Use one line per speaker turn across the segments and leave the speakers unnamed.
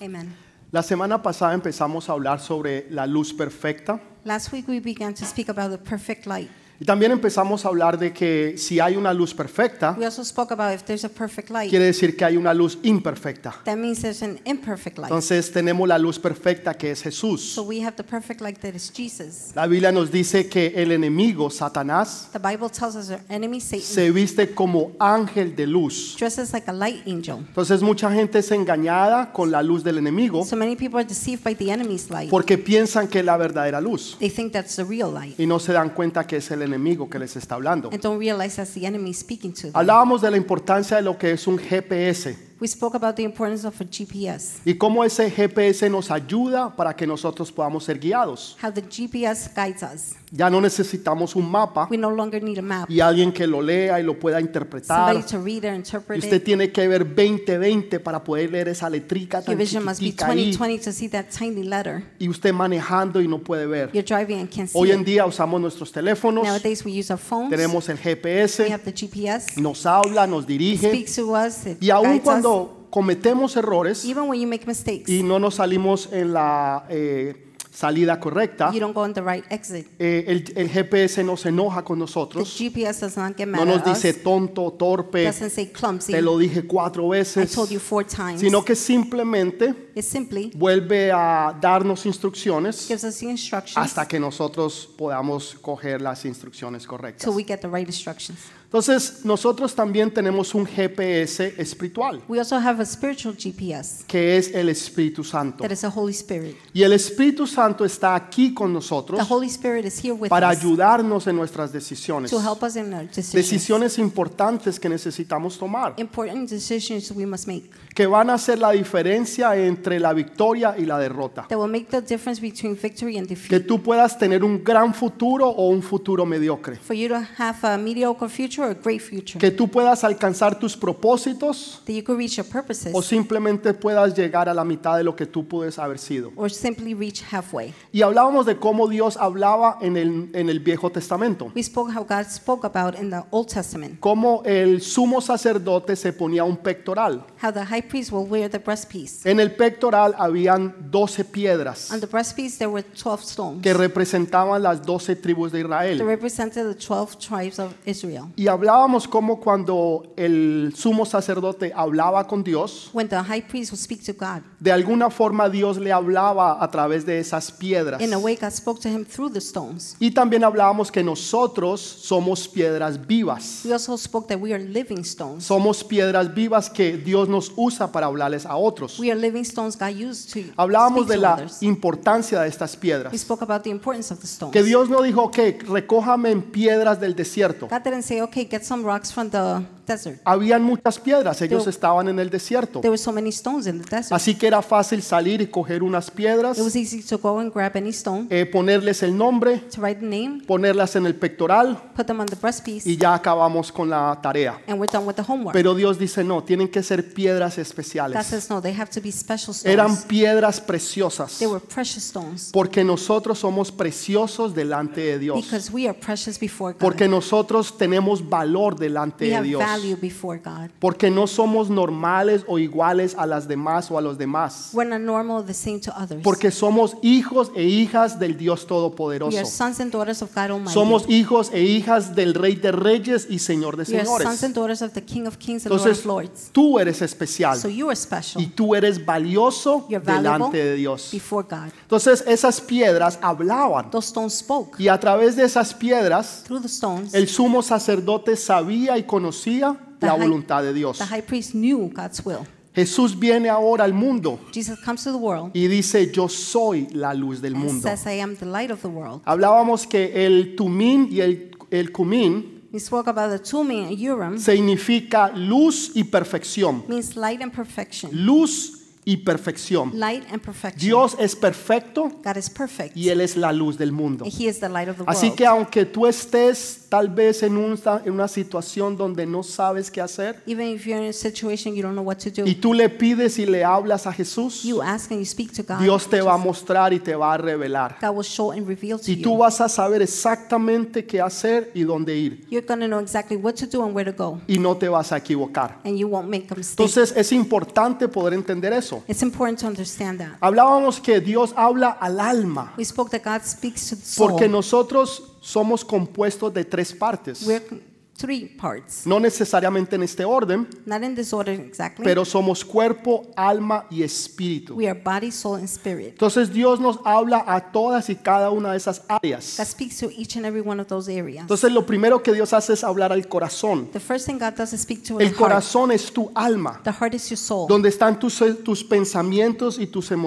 Amen.
La semana pasada empezamos a hablar sobre la luz perfecta
Last week we began to speak about the perfect light.
y también empezamos a hablar de que si hay una luz perfecta,
We also spoke about if there's a perfect light,
quiere decir que hay una luz imperfecta.
that means there's an imperfect light.
Entonces tenemos la luz perfecta que es Jesús.
So we have the perfect light that is Jesus.
La Biblia nos dice que el enemigo, Satanás,
The Bible tells us our enemy Satan
se viste como ángel de luz.
dresses like a light angel.
Entonces mucha gente es engañada con la luz del enemigo
So many people are deceived by the enemy's light.
porque piensan que es la verdadera luz
They think that's the real light
y no se dan cuenta que es el enemigo que les está hablando.
and don't realize that's the enemy speaking to them.
Hablábamos de la importancia de lo que es un GPS
We spoke about the importance of a GPS,
y cómo ese GPS nos ayuda para que nosotros podamos ser guiados.
how the GPS guides us.
Ya no necesitamos un mapa
We no longer need a map,
y alguien que lo lea y lo pueda
somebody
interpretar.
to read or
Y
interpret
usted
it.
tiene que ver 20-20 para poder leer esa letrica
Your
tan
vision must be
chiquitica ahí
2020 to see that tiny letter.
y usted manejando y no puede ver.
You're driving and can't see
Hoy en
it.
día usamos nuestros teléfonos,
Nowadays we use our phones.
tenemos el
We
GPS,
have the GPS.
nos habla, nos
It
dirige
speaks to us. It
y aun
guides us.
cuando cometemos errores
Even when you make mistakes,
y
you
no nos salimos en la eh, salida correcta,
don't go on the right exit.
eh, el, el GPS nos enoja con
The
nosotros,
GPS does not get
no
mad
nos
at us.
dice
It
tonto, torpe,
doesn't say clumsy.
te lo dije cuatro
I
veces,
told you four times.
sino que simplemente
It simply
vuelve a darnos instrucciones
gives us the instructions
hasta que nosotros podamos coger las instrucciones correctas.
till we get the right instructions.
Entonces, nosotros también tenemos un GPS espiritual,
We also have a spiritual GPS
que es el Espíritu Santo.
that is the Holy Spirit.
Y el Espíritu Santo está aquí con
The
nosotros
Holy Spirit is here with
para
us
ayudarnos en nuestras decisiones.
to help us in our decisions.
Decisiones importantes que necesitamos tomar,
Important decisions we must make
que van a hacer la diferencia entre la victoria y la derrota.
that will make the difference between victory and defeat.
Que tú puedas tener un gran futuro o un futuro mediocre.
for you to have a mediocre future or a great future.
Que tú puedas alcanzar tus propósitos
that you could reach your purposes
o simplemente puedas llegar a la mitad de lo que tú puedes haber sido.
or simply reach halfway.
Y hablábamos de cómo Dios hablaba en el, en el Viejo Testamento.
We spoke how God spoke about in the Old Testament
Cómo el sumo sacerdote se ponía un pectoral.
how the high priest will wear the breastpiece.
En el pectoral habían 12 piedras
On the breastpiece there were 12 stones
que representaban las 12 tribus de
that
Israel.
represented the 12 tribes of Israel.
Y hablábamos cómo cuando el sumo sacerdote hablaba con Dios,
When the high priest would speak to God,
de alguna forma Dios le hablaba a través de esas piedras.
in a way God spoke to him through the stones.
Y también hablábamos que nosotros somos piedras vivas.
We also spoke that we are living stones.
Somos piedras vivas que Dios nos usa para hablarles a otros.
We are living stones God used to
Hablábamos
speak
de
to
la
others.
importancia de estas
We
piedras.
spoke about the importance of the stones.
Que Dios no dijo, que recójame en piedras del desierto.
God didn't say, okay, get some rocks from the desert.
Habían muchas piedras, ellos
There-
estaban en el desierto.
There were so many stones in the desert.
Así que era fácil salir y coger unas piedras,
It was easy to go and grab any stone,
eh, ponerles el nombre,
to write the name,
ponerlas en el pectoral
put them on the breastpiece,
y ya acabamos con la tarea.
and we're done with the homework.
Pero Dios dice, no, tienen que ser piedras
God
especiales.
says, no, they have to be special
Eran
stones.
piedras preciosas.
They were precious stones
Porque nosotros somos preciosos delante de Dios.
because we are precious before
Porque
God.
nosotros tenemos valor delante
We
de
have
Dios.
value before God.
Porque no somos normales o iguales a las demás o a los demás.
We're not normal or the same to others.
Porque somos hijos e hijas del Dios
We are
Todopoderoso.
sons and daughters of God Almighty.
Somos hijos e hijas del Rey de Reyes y Señor de
we are sons
Señores.
and daughters of the King of Kings and Lord
Entonces,
of Lords.
tú eres especial
So you are special.
y tú eres valioso
You're
delante
valuable
de Dios.
before God.
Entonces esas piedras hablaban
Those stones spoke
y a través de esas piedras
through the stones.
el sumo sacerdote sabía y conocía
The
la
high-
voluntad de Dios.
The high priest knew God's will.
Jesús viene ahora al mundo
Jesus comes to the world
y dice yo soy la luz del
and
mundo.
says, I am the light of the world.
Hablábamos que el tumín y el, el cumín
We spoke about the Tumi and Urim
significa luz y perfección.
means light and perfection.
Luz y perfección.
Light and perfection.
Dios es perfecto
God is perfect.
y Él es la luz del mundo.
He is the light of the
Así
world.
que aunque tú estés Tal vez en, un- en una situación donde no sabes qué hacer
Even if you're in a situation you don't know what to do,
y tú le pides y le hablas a Jesús,
you ask and you speak to God.
Dios te va a mostrar y te va a revelar.
God will show and reveal to
Y tú
you.
vas a saber exactamente qué hacer y dónde ir
You're going to know exactly what to do and where to go,
y no te vas a equivocar.
and you won't make a mistake.
Entonces es importante poder entender eso.
it's important to understand that.
Hablábamos que Dios habla al alma
We spoke that God speaks to the soul.
porque nosotros somos compuestos de tres partes.
We're con- three parts,
No necesariamente en este orden,
not in this order exactly.
pero somos cuerpo, alma y espíritu.
we are body, soul, and spirit.
Entonces Dios nos habla a todas y cada una de esas
God
áreas.
speaks to each and every one of those areas.
Entonces lo primero que Dios hace es hablar al corazón.
the first thing God does is speak to
El
the heart.
corazón es tu alma,
The heart is your soul,
donde están tus, tus pensamientos y
where
tus
your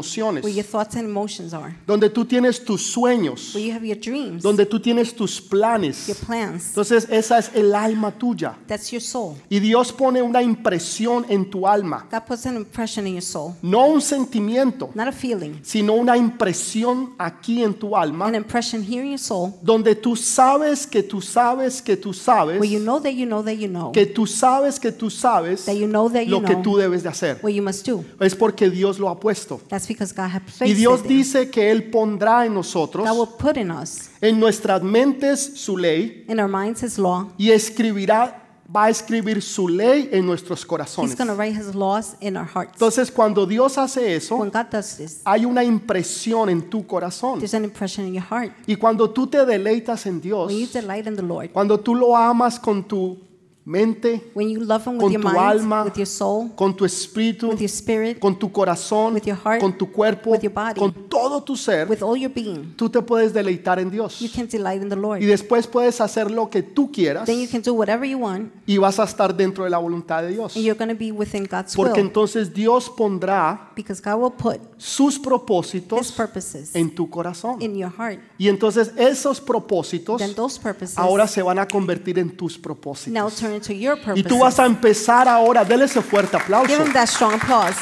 emociones,
thoughts and emotions are,
donde tú tienes tus sueños,
where you have your dreams,
donde tú tienes tus
your
planes.
plans.
Entonces esa es el alma tuya.
That's your soul.
Y Dios pone una impresión en tu alma,
God puts an impression in your soul,
no un sentimiento,
not a feeling.
sino una impresión aquí en tu alma,
An impression here in your soul,
donde tú sabes que tú sabes que tú sabes,
where you know that you know that you know,
que tú sabes que tú sabes
that you know that you
lo que tú
know,
debes de hacer.
what you must do.
Es porque Dios lo ha puesto.
That's because God has
Y
placed
Dios
it there.
dice que Él pondrá en nosotros,
God will put in us,
en nuestras mentes, su ley
in our minds, His law.
y escribirá, va a escribir su ley en nuestros
He's
corazones.
going to write His laws in our hearts.
Entonces, cuando Dios hace eso,
When God does this,
hay una impresión en tu corazón.
there's an impression in your heart.
Y cuando tú te deleitas en Dios,
When you delight in the Lord,
cuando tú lo amas con tu mente,
when you love Him with
con
your
tu
mind,
alma,
with your soul,
con tu espíritu,
with your spirit,
con tu corazón,
with your heart,
con tu cuerpo,
with your body,
con todo tu ser,
with all your being,
tú te puedes deleitar en Dios.
you can delight in the Lord.
Y después puedes hacer lo que tú quieras
Then you can do whatever you want,
y vas a estar dentro de la voluntad de Dios.
and you're going to be within God's
Porque
will.
entonces Dios pondrá
Because God will put
sus
His
propósitos
purposes
en tu corazón.
in your heart.
Y entonces esos propósitos
Then those purposes
ahora se van a convertir en tus
now
propósitos.
turn into your
Y
purposes.
tú vas a empezar ahora, dele ese fuerte aplauso.
Give Him that strong applause.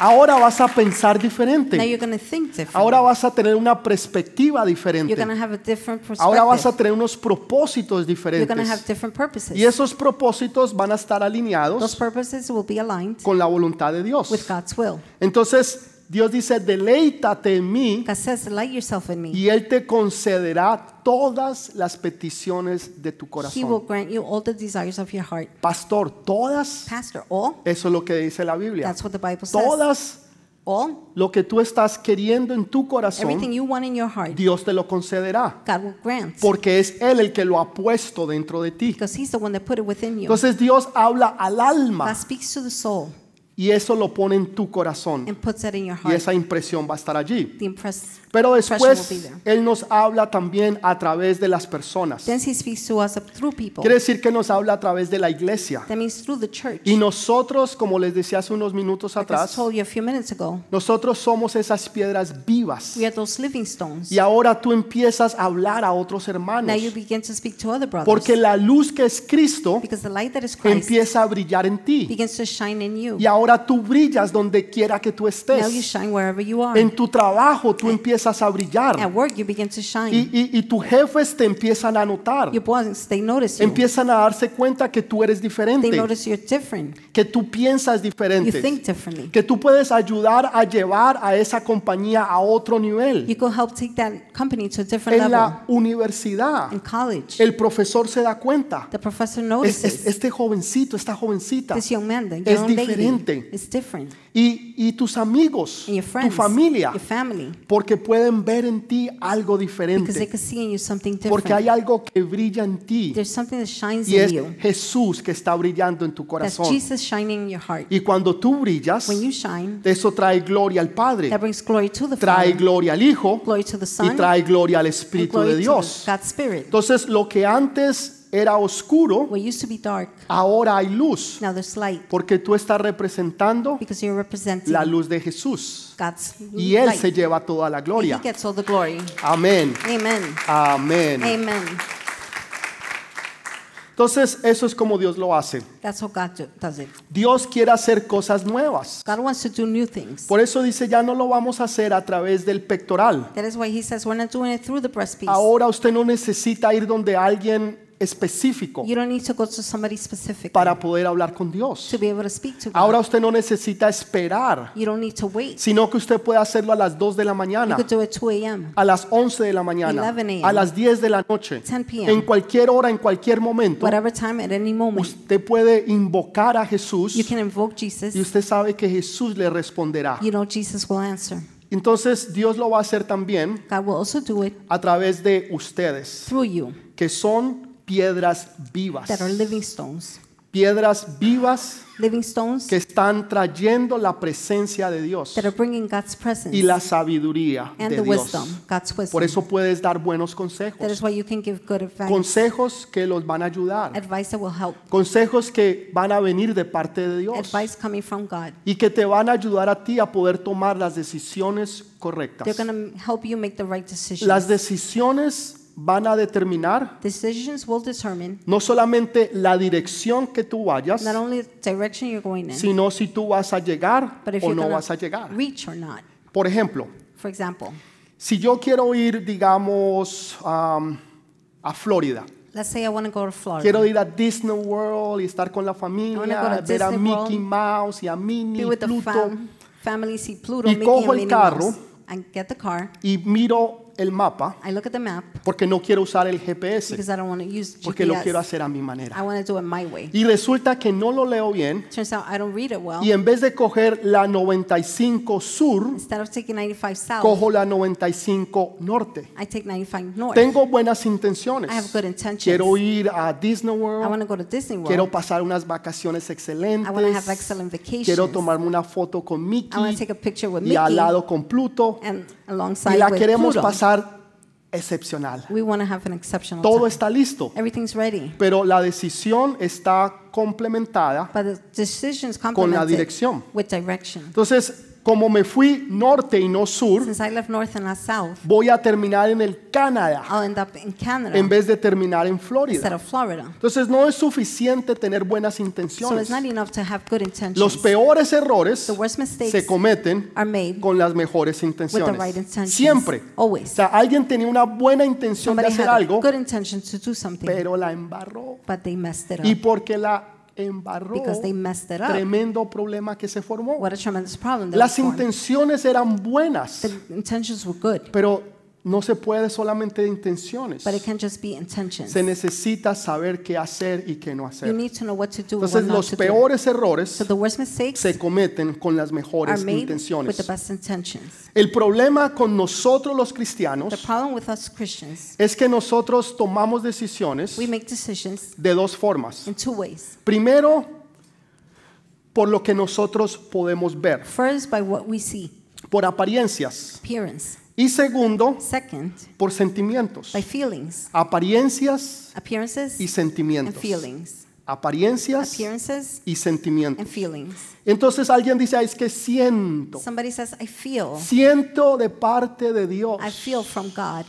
Ahora vas a pensar
Now
diferente.
you're going to think different.
Ahora vas a tener una perspectiva
you're going to
diferente.
have a different perspective.
Ahora vas a tener unos propósitos
you're going to have
diferentes.
different purposes.
Y esos propósitos van a estar
Those
alineados
purposes will be aligned
con la voluntad de Dios.
with God's will.
Entonces Dios dice, deleítate en mí
God says, delight yourself in me.
y Él te concederá todas las peticiones de
He
tu
will
corazón.
grant you all the desires of your heart.
Pastor, todas,
Pastor, all?
eso es lo que dice la Biblia.
That's what the Bible says.
Todas
All?
lo que tú estás queriendo en tu
Everything
corazón,
you want in your heart,
Dios te lo concederá,
God will grant.
porque es Él el que lo ha puesto dentro de ti.
Because He's the one that put it within you.
Entonces Dios habla al
God
alma
speaks to the soul
y eso lo pone en tu corazón
and puts that in your
y
heart.
esa impresión va a estar allí.
The impress.
Pero
will be
después
there.
Él nos habla también a través de las personas.
Then He speaks to us through people.
Quiere decir que nos habla a través de la iglesia.
That means through the church.
Y nosotros, como les decía hace unos minutos
Like I
atrás,
told you a few minutes ago,
nosotros somos esas piedras vivas.
we are those living stones.
Y ahora tú empiezas a hablar a otros
Now
hermanos.
you begin to speak to other brothers.
Porque la luz que es Cristo
Because the light that is Christ
empieza a brillar en ti.
begins to shine in you.
Y ahora tú brillas donde quiera que tú
Now you
estés.
shine wherever you are.
En tu trabajo tú empiezas a
At
brillar.
work, you begin to
Y,
shine.
y- y tus jefes te empiezan a notar.
Your bosses, they notice you.
Empiezan a darse cuenta que tú eres
They
diferente.
notice you're different.
Que tú piensas
You
diferente.
think differently.
que tú puedes ayudar a llevar a esa compañía a otro
You
nivel.
go help take that company to a different level.
En la universidad,
In college,
el profesor se da cuenta.
the professor
Es- es-
notices
este jovencito, esta jovencita.
this young man, the
es
young lady,
diferente.
is different.
Y, y tus amigos,
And your
tu
friends,
familia,
your family,
porque pueden ver en ti algo
because they
diferente.
can see in you something
Porque hay
different.
algo que brilla en ti.
There's something that shines
Y
in
es
you.
Jesús que está brillando en tu
That's
corazón.
Jesus shining in your heart.
Y cuando tú brillas,
When you shine,
eso trae gloria al Padre,
that brings glory to the
trae
Father,
glory al Hijo
glory to the
y
Son,
trae gloria al
and
Espíritu
glory
de
to
Dios.
the- God's Spirit.
Entonces lo que antes era oscuro,
What used to be dark,
ahora hay luz,
now there's light,
porque tú estás representando
because you're representing
la luz de Jesús
God's
y Él
light.
se lleva toda la
And
gloria.
He gets all the glory.
Amén,
Amen.
amén.
Amen.
Entonces, eso es como Dios lo hace.
That's how God do- does it.
Dios quiere hacer cosas nuevas.
God wants to do new things.
Por eso dice, ya no lo vamos a hacer a través del pectoral.
That is why He says we're not doing it through the breastpiece.
Ahora usted no necesita ir donde alguien específico
You don't need to go to somebody specific
para poder hablar con
to
Dios.
be able to speak to God.
Ahora usted no necesita esperar,
you don't need to wait.
sino que usted puede hacerlo a las 2 de la
You
mañana,
could do it 2 a.m.
a las 11 de la mañana,
11 a.m.,
a las 10 de la noche,
10 p.m.,
en cualquier hora, en cualquier momento.
whatever time at any moment.
Usted puede invocar a Jesús
You can invoke
y
Jesus.
usted sabe que Jesús le responderá.
You know Jesus will answer.
Entonces Dios lo va a hacer también
God will also do it
a través de ustedes,
through you
que son piedras vivas.
that are living stones.
Piedras vivas
Living stones
que están trayendo la presencia de Dios
that are bringing God's presence
y la sabiduría
and
de
the
Dios.
wisdom, God's wisdom.
Por eso puedes dar buenos
that is
consejos.
why you can give good advice.
Consejos que los van a ayudar.
advice that will help.
Consejos que van a venir de parte de Dios.
Advice coming from God.
y que te van a ayudar a ti a poder tomar las decisiones correctas.
They're going to help you make the right decisions.
Las decisiones van a determinar
decisions will determine
no solamente la dirección que tú vayas,
not only the direction you're going in,
sino si tú vas a llegar
but if
o
you're
no
going
vas a
to
llegar.
reach or not.
Por ejemplo,
For example,
si yo quiero ir, digamos, am, a Florida,
let's say I want to go to Florida.
quiero ir a Disney World y estar con la familia,
to
ver a
Disney
Mickey
World,
Mouse y a Minnie,
be with the
Pluto,
fam, family, see Pluto,
Y
Mickey, and
cojo el
Minnie
carro.
Mouse, and get the car.
y miro el mapa
I look at the map
porque no quiero usar el GPS,
because I don't want to use
porque lo
GPS.
quiero hacer a mi manera.
I want to do it my way.
Y resulta que no lo leo bien.
Turns out I don't read it well.
Y en vez de coger la 95 sur,
Instead of taking 95 south,
cojo la 95 norte.
I take 95 north.
Tengo buenas
I have
intenciones.
good intentions.
Quiero ir a Disney
I want
World.
to go to Disney World.
Quiero pasar unas vacaciones
I want to have
excelentes.
excellent vacations.
Quiero tomarme una foto con
I want to take a
Mickey
picture with
y al
Mickey
lado con Pluto.
and
Y
alongside
la
with
queremos
Pluto.
pasar excepcional.
We want to have an exceptional
Todo
time.
está listo.
Everything's ready,
Pero la decisión está complementada.
but the decisions
Con la
complemented
dirección.
with direction.
Entonces, como me fui norte y no sur,
Since I left north and not south,
voy a terminar en el Canadá
I'll end up in Canada
en vez de terminar
Ah,
en
instead
Florida.
of Florida.
Entonces no es suficiente tener buenas
So it's
intenciones.
not enough to have good intentions.
Los peores errores
the worst mistakes
se cometen
are made
con las mejores
with the right
intenciones.
intentions.
Siempre. O
Always.
sea, alguien tenía una buena intención de
Somebody
hacer
had
algo,
good intention to do something,
pero la embarró.
but they messed it up
Y porque la embarró,
because they messed it up.
tremendo problema que se formó.
What a tremendous problem. that
Las
was formed.
intenciones eran buenas,
The intentions were good,
pero no se puede solamente de intenciones.
but it can't just be intentions.
se necesita saber qué hacer y qué no
You
hacer.
need to know what to do and
Entonces
what not
los
to do.
peores
So
errores
the worst mistakes
se cometen con las
are
mejores
made with the
intenciones.
best intentions.
El problema con nosotros los
The
cristianos
problem with us Christians,
es que nosotros tomamos decisiones
we make decisions
de dos formas.
in two ways.
Primero, por lo que nosotros podemos ver,
First, by what we see,
por apariencias.
appearance.
Y segundo,
Second,
por sentimientos.
by feelings,
Apariencias
appearances
y
and
sentimientos.
feelings.
Apariencias
Appearances
y
and
sentimientos.
feelings.
Entonces alguien dice, "Ah, es que siento.
Somebody says, I feel.
Siento de parte de Dios.
I feel from God.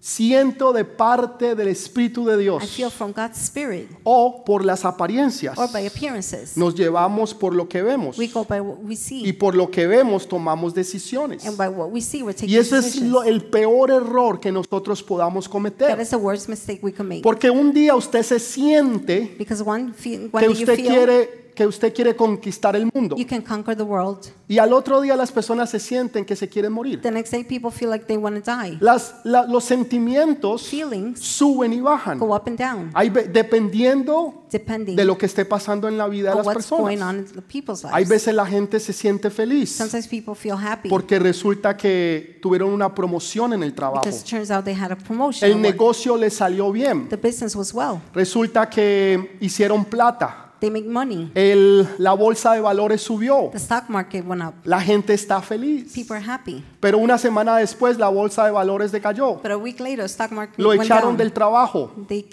Siento de parte del Espíritu de
I
Dios.
feel from God's Spirit
O por las apariencias.
or by appearances.
Nos llevamos por lo que vemos.
We go by what we
Y
see.
por lo que vemos tomamos decisiones.
And by what we see, we're taking
Y ese es
decisions.
lo- el peor error que nosotros podamos
That
cometer.
is the worst mistake we can make.
Porque un día usted se siente
Because one, feel, one
que
day you
usted
feel
quiere que usted quiere conquistar el mundo.
you can conquer the world.
Y al otro día las personas se sienten que se quieren morir.
The next day people feel like they want to die.
Las- la- los sentimientos
Feelings
suben y bajan.
go up and down
Hay ve- dependiendo
depending
Ah, de lo que esté pasando en la vida de
on
las
what's going
personas.
on in the people's
Hay
lives.
veces la gente se siente feliz
Sometimes people feel happy
porque resulta que tuvieron una promoción en el trabajo.
because it turns out they had a promotion.
El
at work.
negocio les salió bien.
The business was well.
Resulta que hicieron plata.
They make money.
El- la bolsa de valores subió.
The stock market went up.
La gente está feliz.
People are happy.
Pero una semana después la bolsa de valores decayó.
But a week later, the stock market
Lo
went
echaron
down.
del trabajo.
They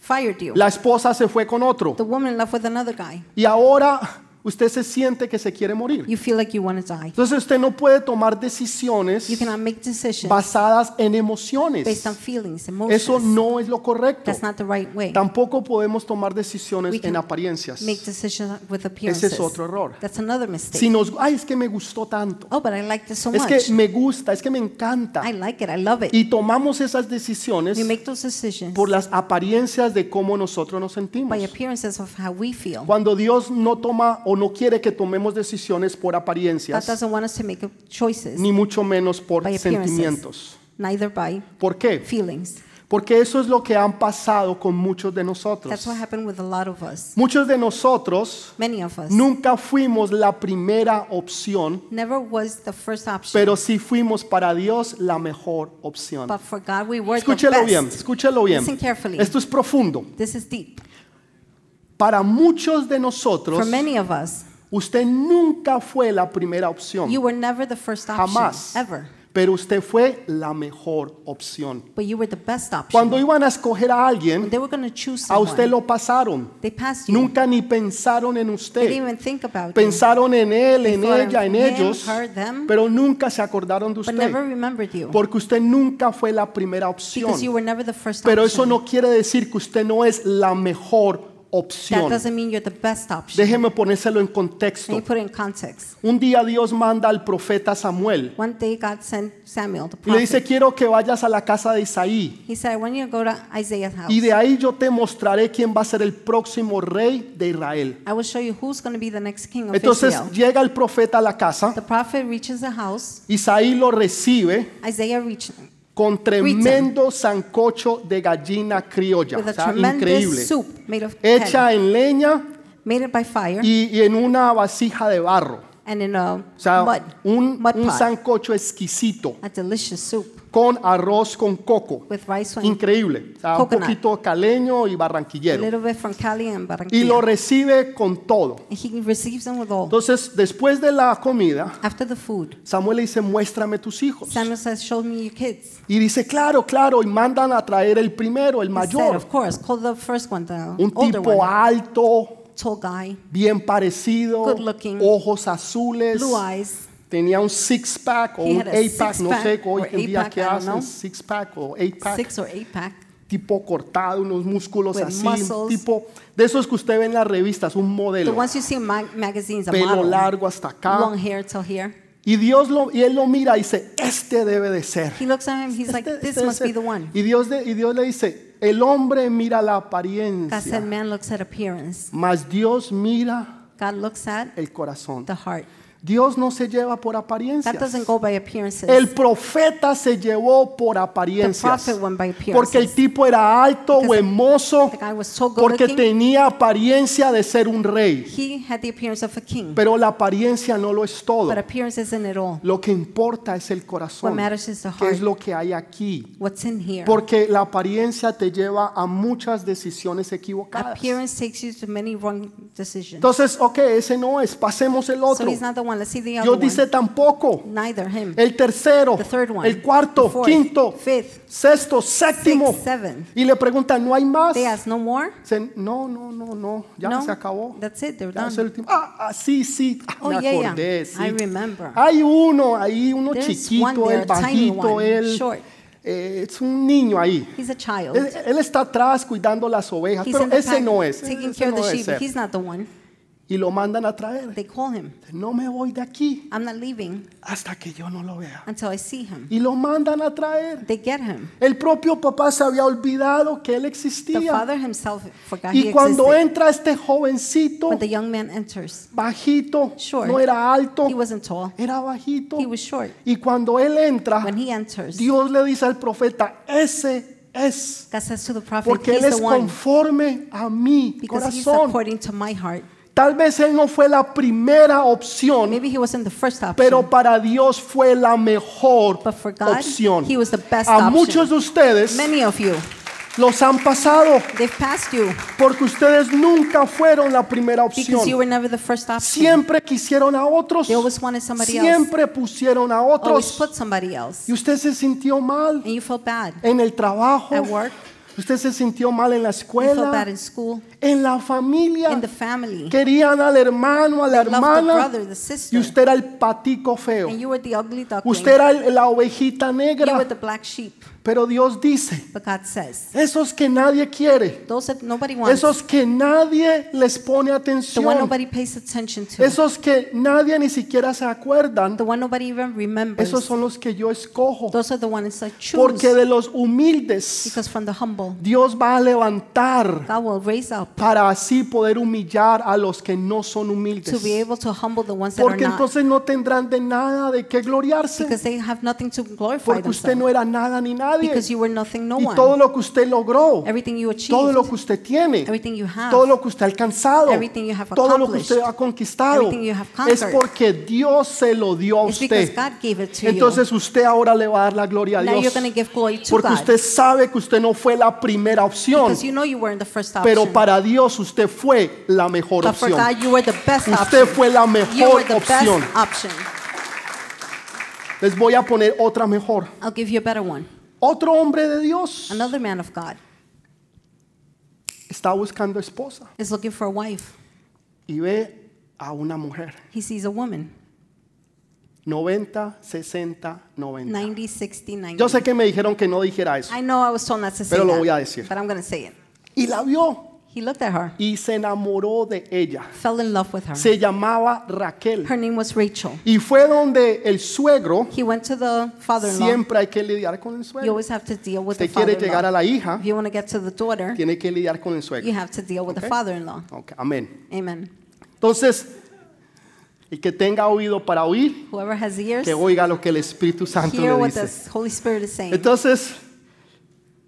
fired you.
La esposa se fue con otro.
The woman left with another guy.
Y ahora usted se siente que se quiere morir.
you feel like you want to die.
Entonces usted no puede tomar decisiones
You cannot make decisions
basadas en
based on
emociones.
feelings, emotions.
Eso no es lo correcto.
That's not the right way.
Tampoco podemos tomar
We
decisiones en
can
apariencias.
Make decisions with
Ese
appearances.
es otro error.
That's another mistake.
Si nos, ay, es que me gustó tanto.
oh, but I like this so
Es
much.
que me gusta, es que me encanta.
I like it. I love it.
Y tomamos esas decisiones
we make those decisions
por las apariencias de cómo nosotros nos
by
sentimos.
appearances of how we feel.
Cuando Dios no toma o no quiere que tomemos decisiones por
God
apariencias,
doesn't want us to make choices,
ni mucho menos por
by appearances.
sentimientos.
neither by
¿Por qué?
feelings.
Porque eso es lo que han pasado con muchos de
That's
nosotros.
what happened with a lot of us.
Muchos de nosotros
Many of us.
nunca fuimos la primera opción,
Never was the first option.
pero sí fuimos para Dios la mejor opción.
but for God, we were the
Escúchelo
best.
bien, escúchelo bien.
Listen carefully.
Esto es profundo.
This is deep.
Para muchos de nosotros,
For many of us,
usted nunca fue la primera opción,
you were never the first option
Jamás.
ever,
pero usted fue la mejor opción.
but you were the best option.
Cuando iban a escoger a
When
alguien,
they were going to choose
a
someone,
usted lo pasaron.
they passed you.
Nunca ni pensaron en
they didn't
usted.
even think about you,
Pensaron en él, en
thought
ella, en
of him,
ellos,
her, them.
pero nunca se acordaron de
but
usted,
never remembered you
porque usted nunca fue la primera opción.
because you were never the first
Pero
option.
eso no quiere decir que usted no es la mejor
that
opción.
doesn't mean you're the best option.
Déjeme ponérselo en
Can
contexto.
you put it in context?
Un día Dios manda al profeta Samuel
One day God sent Samuel, the
y le
prophet.
dice, quiero que vayas a la casa de Isaí
he said, I want you to go to Isaiah's house.
y de ahí yo te mostraré quién va a ser el próximo rey de Israel.
I will show you who's going to be the next king of
Entonces
Israel.
llega el profeta a la casa,
The prophet reaches the house.
Isaí lo recibe
Isaiah reaches
con tremendo sancocho de gallina criolla,
with
o
a
sea,
tremendous
increíble,
soup made of
hecha
hay,
en leña
made it by fire
y, y en una vasija de barro,
and in a
o sea,
mud,
un,
mud
un
pot,
sancocho exquisito
a delicious soup
con arroz con coco.
with rice and
Increíble. O sea, un
Coconut.
poquito caleño y
a
barranquillero.
little bit from Cali and
Y lo
Barranquilla.
recibe con todo.
And he receives them with all.
Entonces, después de la comida,
After the food,
Samuel le dice, muéstrame tus hijos.
Samuel says, "Show me your kids."
Y dice, claro, claro. Y mandan a traer el primero, el
He said,
mayor.
"Of course, call the first one, the
Un
older
tipo
one,
alto,
tall guy,
bien parecido,
Good looking.
ojos azules.
blue eyes."
Tenía un six pack o
He
un
had a
eight pack, no
six-pack
sé hoy
or
en día
eight-pack,
qué
I don't
hacen,
know.
six pack o eight pack.
Six or eight pack,
tipo cortado, unos músculos
With
así,
muscles.
tipo de esos que usted ve en las revistas, un
the
modelo,
ones you see in mag- magazines, a
pelo
model,
largo hasta acá.
long hair till here.
Y Dios lo y él lo mira y dice, "Este debe de ser."
He looks at him. He's like,
Este-
"This
este
must
debe
be the
ser".
one."
Y Dios de- y Dios le dice, "El hombre mira la
God said,
apariencia,
"Man looks at appearance.
mas Dios mira
God looks at
el corazón."
the heart.
Dios no se lleva por
That
apariencias.
doesn't go by appearances."
El profeta se llevó por
The
apariencias.
prophet went by appearances.
Porque el tipo era alto o
Because
hermoso,
the guy was so good
porque
looking.
tenía apariencia de ser un rey.
He had the appearance of a king,
Pero la apariencia no lo es todo.
but appearance isn't it all.
Lo que importa es el corazón.
What matters is the
¿Qué es
heart.
lo que hay aquí?
What's in here?
Porque la apariencia te lleva a muchas decisiones equivocadas.
Appearance takes you to many wrong decisions.
Entonces, ok, ese no es. Pasemos el
So
otro.
he's not the one. Let's see the other
Dios dice tampoco.
one. Neither him.
El tercero,
The third one.
el cuarto,
The fourth,
quinto,
fifth,
sexto, séptimo.
sixth, seventh.
Y le preguntan, ¿no hay más?
They ask no more.
Dicen, no, no, no, no, ya
no,
se acabó.
That's it. They're
Ya
done.
es el último. Ah, ah, sí, sí, ah,
Oh,
me
yeah, yeah.
acordé, sí.
I remember.
Hay uno ahí, uno
There's
chiquito,
one
el
there, tiny
bajito,
one,
él
short.
eh, es un niño ahí.
He's a child.
Él, él está atrás cuidando las ovejas,
He's
pero
in the
ese
pack
no es.
taking
ese
care of
no
the
es
sheep.
él.
He's not the one.
Y lo mandan a traer.
They call him.
No me voy de aquí
I'm not leaving
hasta que yo no lo vea.
until I see him.
Y lo mandan a traer.
They get him.
El propio papá se había olvidado que él
The
existía.
father himself forgot he
Y cuando
existed.
entra este jovencito,
When the young man enters,
bajito,
Short.
no era alto,
he wasn't tall.
era bajito.
He was short.
Y cuando él entra,
When he enters,
Dios le dice al profeta, ese es,
God says to the prophet,
porque
he's
él
the
es
one
conforme a mi
because he's
corazón.
according to my heart.
Tal vez él no fue la primera opción,
Maybe he wasn't the first option,
pero para Dios fue la mejor
but for God,
opción.
he was the best
A
option.
muchos de ustedes
Many of you,
los han pasado
they've passed you
porque ustedes nunca fueron la primera
because you were
opción.
never the first option.
Siempre quisieron a otros,
They always wanted somebody else.
siempre pusieron a
Always
otros
put somebody else.
y usted se sintió mal
And you felt bad
en el trabajo,
at work,
Usted se sintió mal en la
You felt bad
escuela,
in school,
en la familia.
in the family.
Querían al hermano, a la
You loved the
hermana.
brother, the
Y
sister.
usted era el patico feo.
And you were the ugly duckling.
Usted era el- la ovejita
You were
negra.
the black sheep.
Pero Dios dice,
But God says,
esos que nadie quiere,
those that nobody wants,
esos que nadie les pone
the one
atención,
nobody pays attention to,
esos que nadie ni siquiera se acuerdan,
the one nobody even remembers,
esos son los que yo escojo.
those are the ones I choose.
Porque de los humildes
Because from the humble,
Dios va a levantar
God will raise up
para así poder humillar a los que no
to
son
be
humildes.
able to humble the ones that are
Porque
not.
entonces no tendrán de nada de qué gloriarse.
Because they have nothing to glorify
Porque usted
themselves.
no era nada ni nadie.
Because you were nothing, no
Y todo
one.
lo que usted logró,
Everything you
todo lo
achieved,
que usted tiene,
everything you have,
todo lo que usted ha alcanzado,
Everything you have
todo lo que
accomplished,
usted ha conquistado,
everything you have
es
conquered,
porque Dios se lo dio a
is because
usted.
God gave it to you.
Entonces usted ahora le va a dar la gloria a
Now you're going to
Dios.
give glory to
Porque
God.
usted sabe que usted no fue la primera opción,
Because you know you were in the first option.
pero para Dios usted fue la mejor
but for
opción.
God, you were the best
Usted
option.
fue la
You
mejor
were the
opción.
best option.
Les voy a poner otra mejor.
I'll give you a better one.
Otro hombre de Dios
Another man of God
está buscando esposa
is looking for a wife.
y ve a una mujer.
He sees a woman.
90, 60, 90.
90, 60, 90.
Yo sé que me dijeron que no dijera eso.
I know I was told not to say
Pero lo
that,
voy a decir.
but I'm going to say it.
Y la vio
He looked at her,
y se enamoró de ella.
fell in love with her.
Se llamaba Raquel.
Her name was Rachel.
Y fue donde el suegro,
He went to the father-in-law.
siempre hay que lidiar con el
You
suegro.
always have to deal with the
Usted quiere llegar a
father-in-law.
la hija,
If you want to get to the daughter,
tiene que lidiar con el suegro.
you have to deal with the
Okay.
father-in-law.
Ok, amén.
Amen.
Entonces, el que tenga oído para oír,
Whoever has ears,
que oiga lo que el Espíritu Santo
hear
le
what
dice.
the Holy Spirit is saying.
Entonces,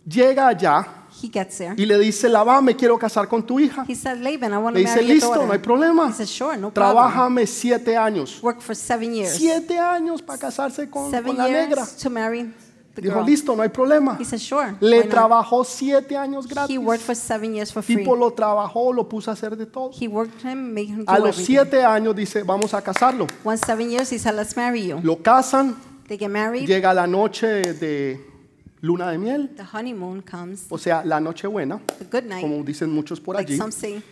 llega allá
He gets there.
y le dice, Labá, me quiero casar con tu hija.
He said, Laban, I want
Le
to
dice,
marry your
listo,
daughter.
no hay problema.
He said, sure, no problem.
Trabájame siete años.
Work for seven years.
Siete años para casarse con,
seven
con la
years
negra.
to marry the
Dijo,
girl.
listo, no hay problema.
He said, sure.
Le
why not?"
trabajó siete años
He
gratis.
worked for seven years for free.
Tipo lo trabajó, lo puso a hacer de todo.
He worked him, made him do
A los
everything.
siete años dice, vamos a casarlo.
Once seven years, he said, let's marry you.
Lo casan,
They get married.
llega la noche de luna de miel,
The honeymoon comes.
o sea, la noche buena,
The good night.
como dicen muchos por
like
allí.
some say,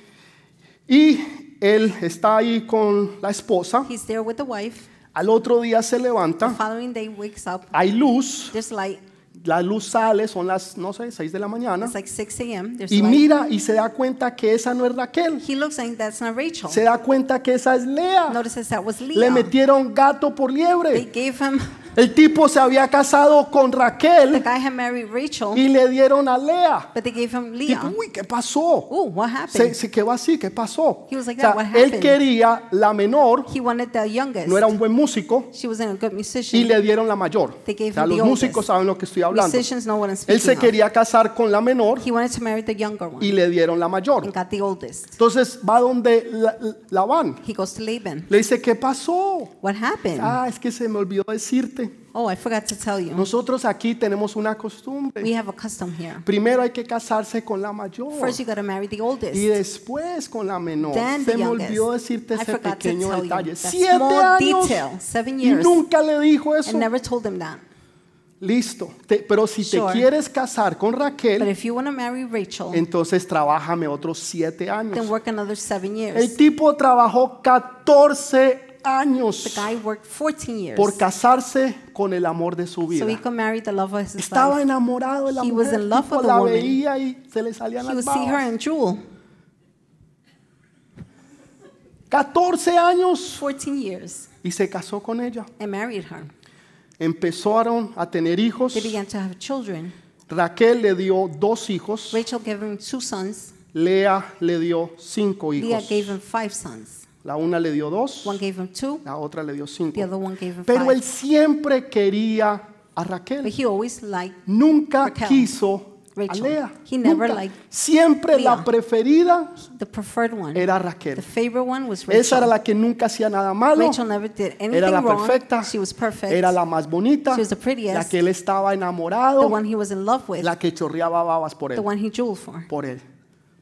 Y él está ahí con la esposa.
he's there with the wife.
Al otro día se
The
levanta,
following day, wakes up.
hay luz,
There's light.
la luz sale, son las, no sé, seis de la mañana.
It's like 6 a.m. There's
Y
light.
mira y se da cuenta que esa no es Raquel.
He looks and that's not Rachel.
Se da cuenta que esa es Lea.
Notices that was
Le
Leah.
metieron gato por
They
liebre.
gave him,
El tipo se había casado con
the
Raquel
guy had married Rachel,
y le dieron a Lea.
but they gave him
Tipo,
Leah.
uy, ¿qué pasó?
Ooh, what
Se,
happened?
se quedó así, ¿qué pasó?
Uh, He was like,
O sea,
"What happened?"
él quería la menor,
He wanted the youngest.
no era un buen músico,
She wasn't a good musician.
y le dieron la mayor.
They gave
O sea,
him the
los músicos
oldest.
saben lo que estoy hablando.
Musicians know what I'm
Él se
speaking
quería casar con la menor
of. He wanted to marry the younger one
y le dieron la mayor.
and got the oldest.
Entonces va donde la, la van.
He goes to Laban.
Le dice, ¿qué pasó?
What happened?
Ah, es que se me olvidó decirte.
oh, I forgot to tell you.
Nosotros aquí tenemos una costumbre.
We have a custom here.
Primero hay que casarse con la mayor
First, you got to marry the oldest.
y después con la menor.
Then
Se
the
me
youngest.
olvidó decirte
I
ese
forgot to
pequeño
tell you.
detalle.
That
Siete
small
años
detail. Seven
y
years.
nunca le dijo eso.
and never told him that.
Listo. Te- pero si te
Sure.
quieres casar con
But
Raquel,
if you want to marry Rachel,
entonces trabájame otros siete
then
años.
work another seven
El
years.
tipo trabajó 14
The
años
guy worked 14 years.
por casarse con el amor de su vida.
So he could marry the love of his
Estaba
life.
enamorado de la
He
mujer,
was in love
tipo,
with the
la
woman.
veía y se le salían
He
las
would see her
babas.
and drool.
14 años
14 years
y se casó con ella.
and married her.
Empezaron a tener hijos.
They began to have children.
Raquel le dio dos hijos,
Rachel gave him two sons.
Lea le dio cinco
Leah
hijos.
gave him five sons.
La una le dio dos,
One gave him two.
la otra le dio cinco.
The other one gave him
Pero
five.
él siempre quería a
But
Raquel.
he always liked.
Nunca
Raquel.
quiso a
Rachel.
Lea.
He never
Nunca.
liked
Siempre la
Leah.
preferida
The preferred one.
era
The
Raquel.
favorite one was
Esa era
Rachel.
la que nunca hacía nada malo.
Rachel never did
Era
anything
la
wrong.
perfecta.
She was perfect.
Era la más bonita.
She was the prettiest.
La que él estaba
The
enamorado.
one he was in love with.
La que chorreaba babas por él.
The one he jeweled for.
Por él.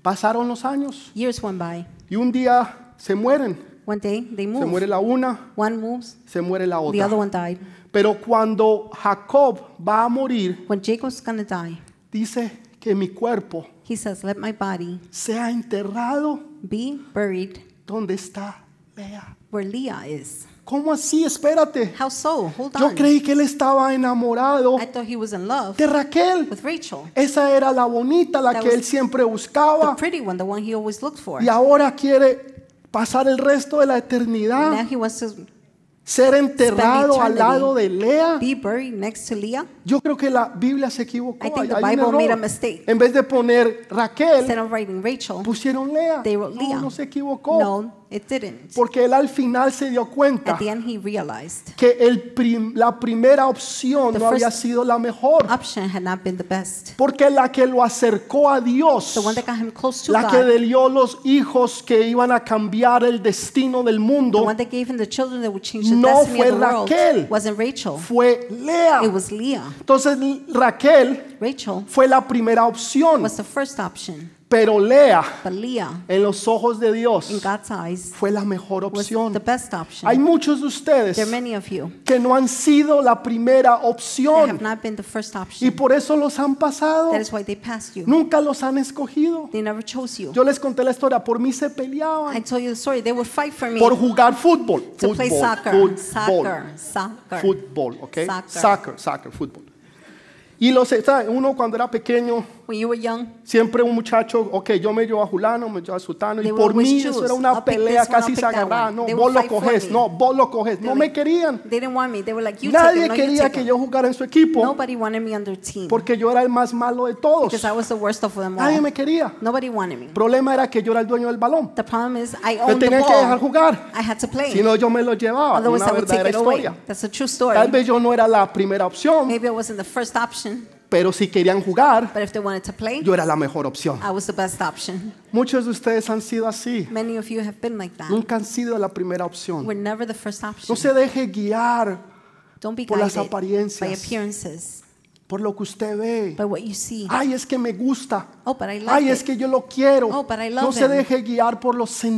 Pasaron los años
Years went by.
y un día se mueren.
One day they
Se
moved.
muere la una,
One moves,
se muere la
the other
otra.
one died.
Pero cuando Jacob va a morir,
When Jacob's gonna die,
dice que mi cuerpo
He says, Let my body
sea enterrado
be buried
donde está Lea.
where Leah is.
¿Cómo así? Espérate.
How so? Hold
Yo
on.
creí que él estaba enamorado
I thought he was in love
de Raquel.
with Rachel,
Esa era la bonita, la
That
que
was
él siempre
the
buscaba.
pretty one, the one he always looked for.
Y ahora quiere pasar el resto de la
Now
eternidad,
he wants to
ser enterrado al
eternity.
lado de Lea.
be buried next to Leah.
Yo creo que la Biblia se equivocó.
I think
Hay-
the
hay un
Bible
error.
made a mistake.
En vez de poner
Instead
Raquel,
of writing Rachel,
pusieron Lea.
they wrote Leah.
No, no se equivocó.
No, it didn't.
Porque él al final se dio cuenta
At the end, he realized
que el prim- la primera opción
The
no había
first-
sido la mejor.
option had not been the best.
Porque la que lo acercó a Dios,
The one that got him close to
la que
God,
le dio los hijos que iban a cambiar el destino del
the
mundo,
one that gave him the children that would change the
No
destiny
fue
of the
Raquel.
world, wasn't Rachel.
fue Lea.
It was Leah.
Entonces Raquel
Rachel
fue la primera opción,
was the first option,
pero Lea,
but Leah,
en los ojos de Dios,
in God's eyes,
fue la mejor
was the
opción.
best
Hay
option.
muchos de
There are
ustedes
many of you
que no han sido la primera
that have
opción
not been the first
y
option.
por eso los han pasado.
That is why they passed you.
Nunca los han escogido.
They never chose you.
Yo les conté la historia, por mí se
I
peleaban
told you the story. They would fight for me
por
to
jugar fútbol, fútbol,
play soccer,
fútbol,
soccer, soccer.
fútbol, ¿ok?
Soccer.
Soccer, soccer, fútbol. Y los, ¿sabe? uno cuando era pequeño,
When you were young,
siempre un muchacho, ok, yo me llevo a Julano, me llevo a Sutano, y
They
por
would always
mí eso
choose.
era una
I'll pick
pelea,
this one,
casi
I'll pick
se
that
agarraban,
one.
no,
They
vos
would
lo
fight for
coges,
me.
no, vos lo coges, no
They're
me
like-
querían.
They didn't want me. They were like, you
Nadie
take it, no, you
quería
take
que
it.
yo jugara en su equipo
Nobody wanted me on their team
porque yo era el más malo de todos.
because I was the worst of them
Nadie
all.
me quería.
Nobody wanted me.
El problema era que yo era el dueño del balón.
The problem is I
Me
owned the
tenían que dejar
ball.
jugar.
I had to play.
Si no, yo me lo llevaba.
Otherwise,
Una
I would take
verdadera
it away. Eh.
historia.
That's a true
Tal
story.
vez yo no era la primera opción,
Maybe I wasn't the first option,
pero si querían jugar,
but if they wanted to play,
yo era la mejor opción.
I was the best option.
Muchos de ustedes han sido así.
Many of you have been like that.
Nunca han sido la primera opción.
We're never the first
No
option.
se deje guiar
Don't be
por las
guided by
apariencias.
appearances,
por lo que usted ve.
by what you see.
Ay, es que me gusta.
Oh, but I like
Ah, Ay, es
it.
que yo lo quiero.
Oh, but I love
No se
him.
deje guiar por los
Don't be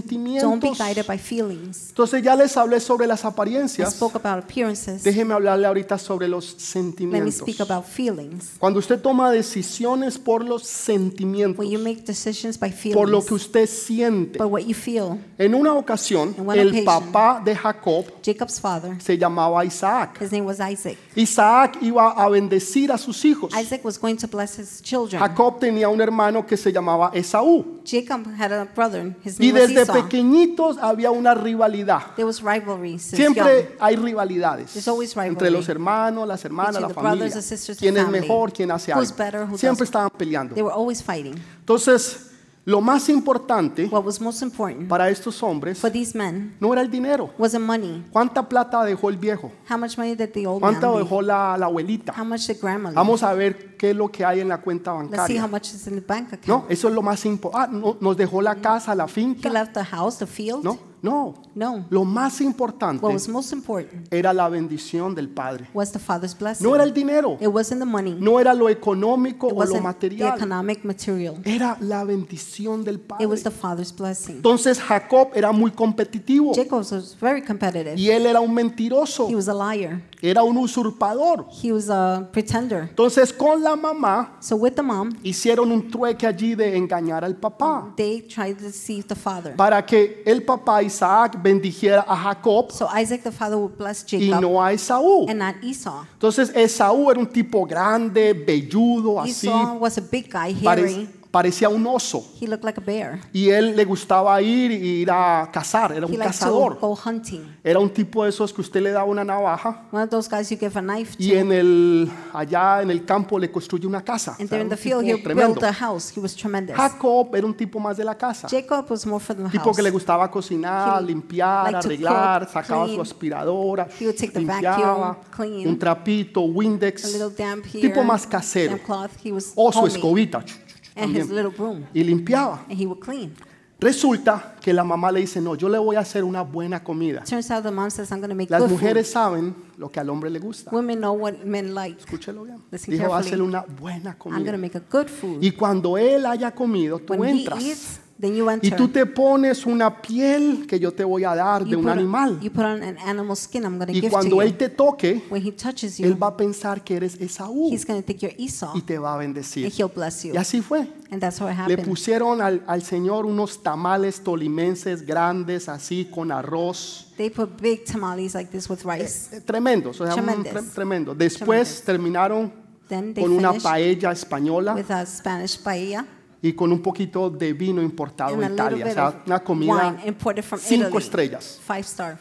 sentimientos.
guided by feelings.
Entonces ya les hablé sobre las
I
apariencias.
spoke about appearances.
Déjeme hablarle ahorita sobre los
Let me
sentimientos.
speak about feelings.
Cuando usted toma decisiones por los
When you
sentimientos,
make decisions by
por lo que
feelings,
usted siente.
by what you feel,
En una ocasión,
In one
el
occasion,
papá de Jacob
Jacob's father,
se llamaba Isaac.
his name was Isaac.
Isaac iba a bendecir a sus hijos.
Isaac was going to bless his children.
Jacob tenía un hermano que se llamaba Esaú.
Jacob had a brother, his
Y
name was
desde
Esau.
pequeñitos había una rivalidad.
There was rivalry since young.
Siempre hay rivalidades
There's always rivalry.
entre los hermanos, las hermanas, la
Between the
familia.
brothers, the sisters, the
¿Quién es
family.
mejor? ¿Quién hace algo?
Who's better, who
Siempre
doesn't.
estaban peleando.
They were always fighting.
Entonces, lo más importante
What was most important
para estos hombres
for these men
no era el dinero.
wasn't money.
¿Cuánta plata dejó el viejo?
How much money did the old man
¿Cuánta
leave?
dejó la, la abuelita?
How much did grandma leave?
Vamos a ver qué es lo que hay en la cuenta
Let's see how
bancaria.
much is in the bank account.
No, eso es lo más importante. nos dejó la casa, la
He
finca.
left the house, the field?
No, no.
No.
Lo más importante
What was most important
era la bendición del Padre.
was the father's blessing.
No era el dinero,
It wasn't the money.
no era lo económico
it
o lo
wasn't the
material.
economic material.
Era la bendición del Padre.
It was the father's blessing.
Entonces Jacob era muy competitivo
Jacob was very competitive.
y él era un mentiroso,
He was a liar.
era un usurpador.
He was a pretender.
Entonces con la mamá
So with the mom,
hicieron un trueque allí de engañar al papá.
they tried to deceive the father.
para que el papá Isaac bendijera a Jacob
So Isaac the father would bless
y
Jacob
no a Esaú.
and not Esau.
Entonces Esaú era un tipo grande, velludo, así,
Esau was a big guy,
pare-
hairy.
parecía un oso.
He looked like a bear.
Y él le gustaba ir y ir a cazar, era
He
un
liked to
cazador.
go hunting.
Era un tipo de esos que usted le daba una navaja
One of those guys you give a knife to.
y en el allá en el campo le construye una casa.
And
O sea,
there in
era
the
un
field,
tipo
he
tremendo.
built a house. He was tremendous.
Jacob era un tipo más de la casa.
Jacob was more for the
Tipo
house.
que le gustaba cocinar,
He
limpiar,
liked to
arreglar,
cook,
sacaba su
clean.
aspiradora,
He would take the
limpiaba,
vacuum, clean.
un trapito,
A
Windex,
little damp here.
tipo más casero,
damp cloth. He was
o su
homey.
escobita, chu, chu, chu,
And his
también,
little broom.
y limpiaba.
And he would clean.
Resulta que la mamá le dice, no, yo le voy a hacer una buena comida.
Turns out the mom says, I'm going to make
Las
good
mujeres saben lo que al hombre le gusta.
food. Women know what men like.
Escúchelo bien.
Listen
Dijo,
carefully.
hazle una buena
I'm going to
comida.
make a good food.
Y cuando él haya comido, tú
When he
entras
eats, Then you
y
enter.
tú te pones una piel que yo te voy a dar de
you
un
put on-
animal.
you put on an animal skin I'm going to
Y
give to you.
cuando Él te toque,
When he touches you,
Él va a pensar que eres Esaú
he's going to take your Esau
y te va a
and
bendecir.
he'll bless you.
Y así fue.
And that's how it
Le
happened.
pusieron al, al Señor unos tamales tolimenses grandes, así con arroz.
They put big tamales like this with rice.
Eh, Tremendos, o sea, un
Tremendos.
tre- tremendo. Después terminaron
Then they
con una
finished
paella española
with a Spanish paella
y con un poquito de vino importado
and a
de
little
Italia, o
bit
sea,
of
una comida
wine imported from
cinco
Italy.
estrellas.
Five star.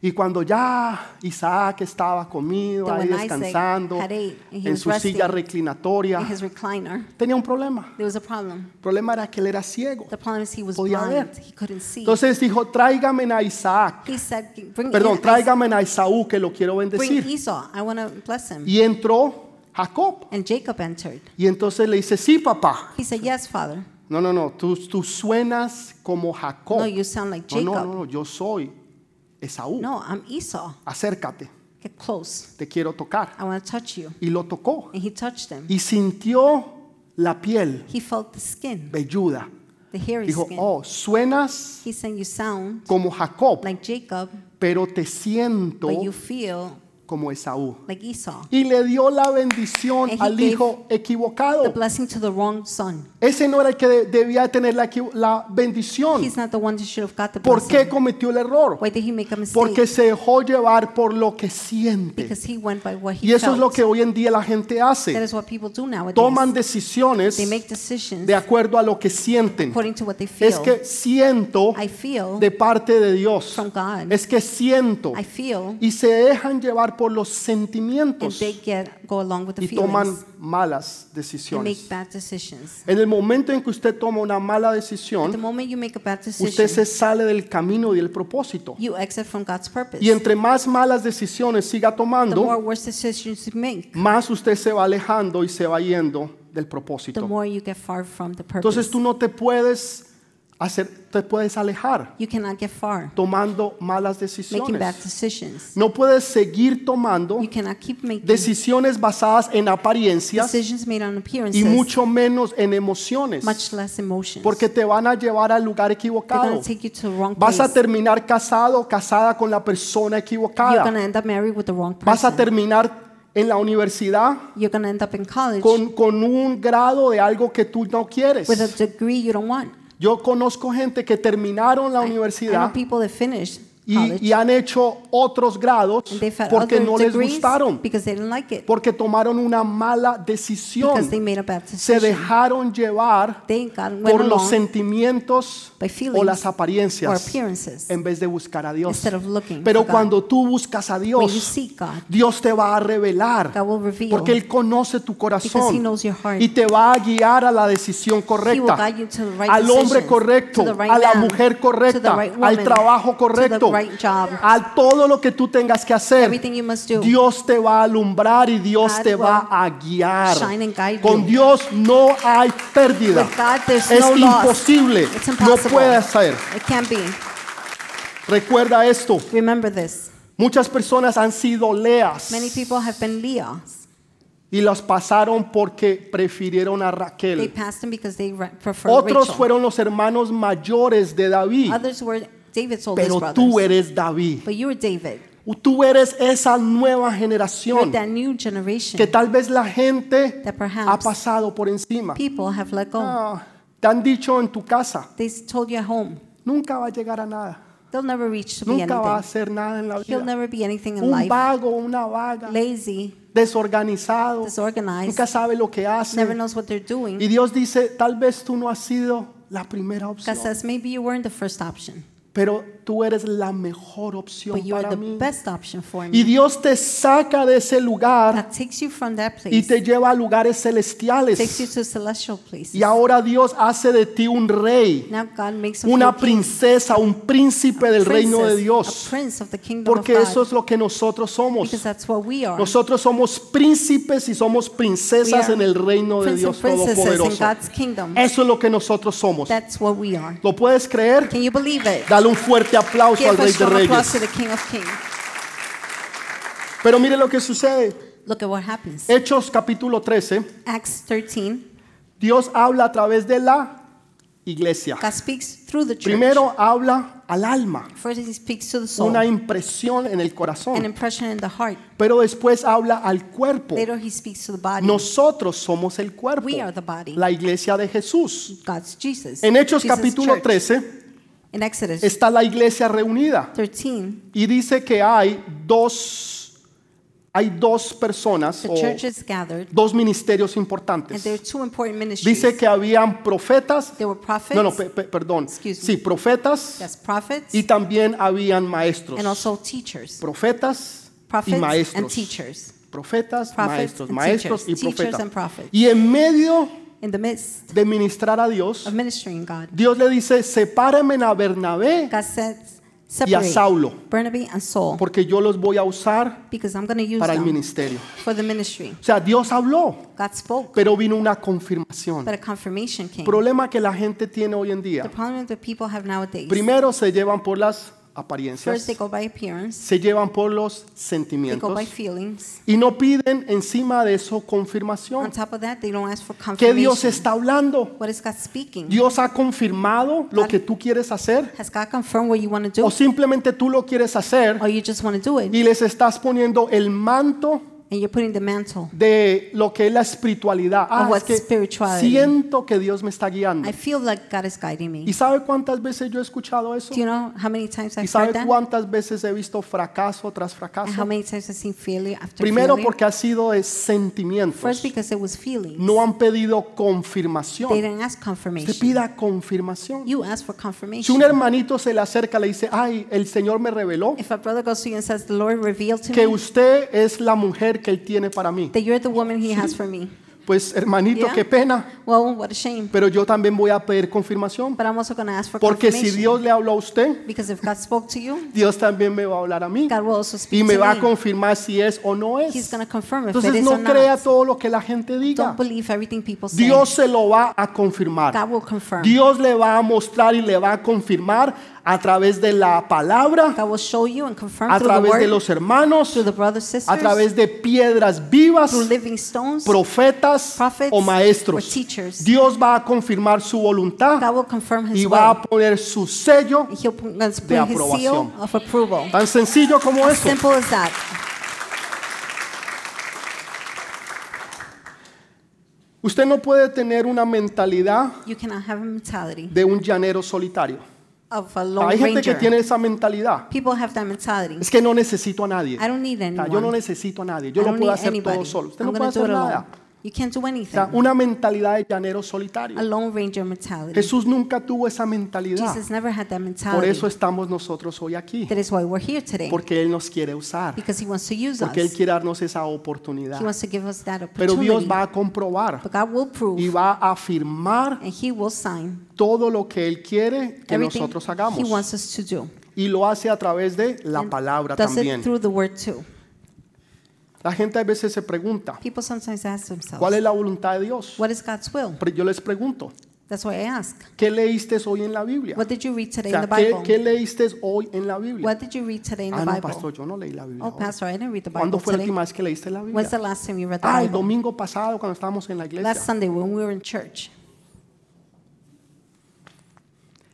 Y cuando ya Isaac estaba comido,
Then
ahí
when Isaac
descansando,
had ate and he
en
was
su silla
resting
reclinatoria,
In his recliner,
tenía un problema.
there was a problem.
El problema era que él era ciego.
The problem is he was
Podía ver.
blind. He couldn't see.
Entonces dijo, tráigame a Isaac,
he said, bring,
perdón,
in Isaac.
tráigame a Esaú que lo quiero
bring
bendecir.
Esau. I want to bless him.
Y entró Jacob.
And Jacob entered.
Y entonces le dice, sí, papá.
He said, yes, father.
No, no, no, tú, tú suenas como Jacob.
No, you sound like
Oh. No,
Jacob.
no, no, no, yo soy Esaú.
No, I'm Esau.
Acércate,
Get close.
te quiero tocar.
I want to touch you.
Y lo tocó.
And he touched him.
Y sintió la piel
He felt the skin,
velluda.
the hairy
Dijo,
skin.
oh, suenas
He said, you sound
como Jacob,
like Jacob,
pero te siento
but you feel
como Esaú.
like Esau.
Y le dio la bendición
And he
al
gave
hijo
The
equivocado.
blessing to the wrong son.
Ese no era el que de- debía tener la, equi- la bendición.
He's not the one that should have got the Pues
¿Por qué
blessing.
cometió el error?
Why did he make a mistake?
Porque se dejó llevar por lo que siente.
Because he went by what he
Y eso es lo
felt.
que hoy en día la gente
That
hace.
is what people do nowadays.
Toman decisiones
they make decisions
de acuerdo a lo que sienten.
according to what they feel.
Es que siento
I feel
de parte de Dios.
from God.
Es que siento.
I feel
Y se dejan llevar por los
and
sentimientos
they get go along with the
y toman
feelings
malas
and make
decisiones.
bad decisions.
En el momento en que usted toma una mala
The
decisión,
moment you make a bad decision,
usted se sale del camino y del propósito.
you exit from God's purpose.
Y entre más malas decisiones siga
the
tomando,
more worse decisions you make,
más usted se va alejando y se va yendo del
the
propósito.
more you get far from the purpose.
Entonces tú no te puedes hacer, te puedes alejar
you cannot get far
tomando malas
making bad
decisiones.
decisions.
No puedes seguir tomando
You cannot keep making
decisiones basadas en apariencias
decisions made on appearances,
y mucho menos en emociones,
much less emotions.
porque te van a llevar al lugar
They're
equivocado.
going to take you to the wrong
Vas a
place.
terminar casado o casada con la persona
You're going to
equivocada.
end up married with the wrong
Vas
person.
a terminar en la universidad
You're going to end up in college
con, con un grado de algo que tú no quieres.
with a degree you don't want.
Yo conozco gente que terminaron la
I- I know
universidad
people that finished college
y, y han hecho otros grados
and they've had
porque
other
no les
degrees
gustaron,
because they didn't like it,
porque tomaron una mala
because they
decisión,
made a bad
se
decision.
dejaron llevar
they got, went
por los
along
sentimientos
by
o
feelings
las
or
apariencias
appearances
en vez de buscar a Dios.
instead of looking
Pero
for God.
cuando tú buscas a
when you
Dios,
seek God,
Dios te va a revelar
God will reveal
porque Él conoce tu
because He
corazón
knows your heart.
y te va a guiar a la decisión
He will
correcta,
guide you to the right
al hombre
decisions,
correcto,
to the right
a la
man,
mujer
to the
correcta,
right woman,
al trabajo
to
correcto,
the right job,
a todo lo que tú tengas que hacer.
everything you must do.
Dios te va a alumbrar y Dios
God
te
will
va a guiar.
shine and guide
Con
you.
Dios no hay pérdida.
With God, there's
Es
no loss.
imposible.
It's
No
impossible.
puede hacer.
It can't be.
Recuerda esto.
Remember this.
Muchas personas han sido leas
Many people have been Leos.
y las pasaron porque prefirieron a
They
Raquel.
passed him because they re- preferred
Otros
Rachel.
fueron los hermanos mayores de David.
Others were David's oldest
Pero
brothers.
tú eres David.
but you were David.
Tú eres esa nueva
You're
generación
that new generation
que tal vez la gente
that
ha
perhaps
pasado por encima.
people have let go.
Ah, te han dicho en tu casa,
They told you at home,
nunca va a llegar a nada.
they'll never reach to be
Nunca va a
anything.
hacer nada en la
He'll
vida.
never be anything in
Un
life.
vago, una vaga,
Lazy,
desorganizado,
disorganized,
nunca sabe lo que
never
hace.
knows what they're doing.
Y Dios dice, tal vez tú no has sido la primera
God
opción,
says maybe you weren't the first option,
pero tú eres la mejor
but
opción
you are the
para mí.
best option for
Y
me.
Dios te saca de ese lugar
That takes you from that
y
place,
te lleva a lugares
takes you
celestiales.
to celestial places.
Y ahora Dios hace de ti un rey,
Now God makes of you
una
a king,
princesa, un príncipe del reino de
princess,
Dios.
a prince of the kingdom
Porque
of God,
eso es lo que nosotros somos.
because that's what we are.
Nosotros somos príncipes y somos princesas
We are
en el reino de
Prince and
Dios
princesses in
Todopoderoso.
God's kingdom.
Eso es lo que nosotros somos.
That's what we are.
¿Lo puedes creer?
Can you believe it?
Dale un fuerte aplauso al
Give a
Rey de
strong applause
Reyes.
to the King of Kings.
Pero mire lo que sucede.
Look at what happens.
Hechos capítulo 13.
Acts 13.
Dios habla a través de la iglesia.
God speaks through the church.
Primero habla al alma,
First, He speaks to the soul,
una impresión en el
an
corazón,
impression in the heart.
pero después habla al cuerpo.
Later, He speaks to the body.
Nosotros somos el cuerpo,
We are the body.
la iglesia de Jesús.
God's Jesus.
En Hechos
Jesus'
capítulo
church.
13
In Exodus
está la iglesia reunida
13,
y dice que hay dos, hay dos personas
the
o
church is gathered,
dos ministerios
and there are
importantes.
two important ministries.
Dice que habían profetas,
there were prophets,
no, no, pe- pe- perdón,
Excuse me.
sí, profetas
yes, prophets,
y también habían maestros.
and also teachers.
profetas y
Prophets and
maestros.
teachers.
Profetas,
Prophets
maestros,
and
maestros y
teachers. Teachers and
profetas.
prophets.
Y en medio
In the midst
de ministrar a Dios,
of ministering God,
Dios le dice, sepárenme a Bernabé
God says,
y a
separate
Saulo,
Barnabas and Saul,
porque yo los voy a usar
because I'm going to use
para el
them
ministerio.
for the ministry.
O sea, Dios habló,
God spoke,
pero vino una confirmación.
but a confirmation came.
El problema que la gente tiene hoy en
The
día,
problem that people have nowadays,
primero se llevan por las
first
apariencias,
they go by appearance,
se llevan por los
they go
sentimientos
by feelings.
y no piden encima de eso
On
confirmación.
top of that, they don't ask for
Que
confirmation.
Dios está hablando.
What is God speaking?
Dios ha confirmado lo que tú quieres hacer
Has God confirmed what you want to do?
o simplemente tú lo quieres hacer
Or you just want to do it?
y les estás poniendo el manto
And you're putting the mantle.
de lo que es la espiritualidad. Ah,
Of
es
what's
que
spirituality.
siento que Dios me está guiando.
I feel like God is guiding
¿Y
me.
sabe cuántas veces yo he escuchado eso?
Do you know how many times
¿Y
I've
sabe
heard that?
cuántas veces he visto fracaso tras
And how
fracaso?
many times I've seen failure after
Primero
failure?
porque ha sido de
First
sentimientos.
because it was feelings.
No han pedido
They
confirmación.
didn't ask
Usted
confirmation.
pida confirmación.
You asked for
Si
confirmation.
un hermanito se le acerca, le dice, ay, el Señor me reveló
If a brother goes to you and says, The Lord revealed to
que
me
usted es la mujer que Él tiene para mí.
that you're the woman he has for me.
Pues hermanito,
Yeah.
qué pena,
Well, what a shame.
pero yo también voy a pedir confirmación.
But I'm also going to ask for
Porque si
confirmation.
Dios le habló a usted,
Because if God spoke to you,
Dios también me va a hablar a mí.
God will also speak
Y me
to
va a
me.
confirmar si es o no
He's
es.
going to confirm if it
Entonces
is or
no
not.
crea todo lo que la gente diga.
Don't believe everything people say.
Dios se lo va a confirmar.
God will confirm.
Dios le va a mostrar y le va a confirmar a través de la palabra,
God will show you and confirm
a
through the
través
word,
de los hermanos,
through the brothers, sisters,
a través de piedras vivas,
through living stones.
profetas
prophets
o maestros.
or teachers.
Dios va a confirmar su voluntad
God will confirm His
y
will.
va a poner su sello
And He'll put God's put His seal
aprobación.
of approval.
tan sencillo como
As
eso.
simple as that.
Usted no puede tener una mentalidad
You cannot have a mentality
de un llanero solitario.
of a lone
Hay gente
ranger.
que tiene esa mentalidad.
People have that mentality.
Es que no necesito a nadie.
I don't need
O sea,
anyone.
yo no necesito a nadie. Yo
I
lo
don't
puedo
need
hacer todo
anybody.
solo. Usted
I'm
no
gonna do
puede hacer
it alone.
nada.
You can't do
O sea,
anything.
una mentalidad de llanero solitario.
a lone ranger mentality.
Jesús nunca tuvo esa mentalidad.
Jesus never had that mentality.
Por eso estamos nosotros hoy aquí.
that is why we're here today.
Porque Él nos quiere usar.
because He wants to use
Porque Él
us.
quiere darnos esa
He
oportunidad.
wants to give us that
Pero
opportunity.
Dios va a comprobar
but God will prove
y va a afirmar
and He will sign
todo lo que Él quiere que
everything
nosotros
He
hagamos.
wants us to do.
Y lo hace a través de la
And
palabra
does
también.
it through the word too.
La gente a veces se pregunta,
People sometimes ask themselves,
¿cuál es la voluntad de Dios?
what is God's will?
Pero yo les pregunto,
That's why I ask.
¿qué leíste hoy en la Biblia?
What did you read
O
today in the
sea, ¿qué,
Bible?
qué leíste hoy en la Biblia?
What did you read today in
Ah,
the
no,
Bible?
pastor, yo no leí la Biblia.
Oh,
ahora.
pastor, I didn't read the Bible
¿Cuándo fue la
today.
última vez que leíste la
When's the
Biblia?
last time you read the
Ah, el
Bible?
domingo pasado cuando estábamos en la
Last
iglesia.
Sunday when we were in church.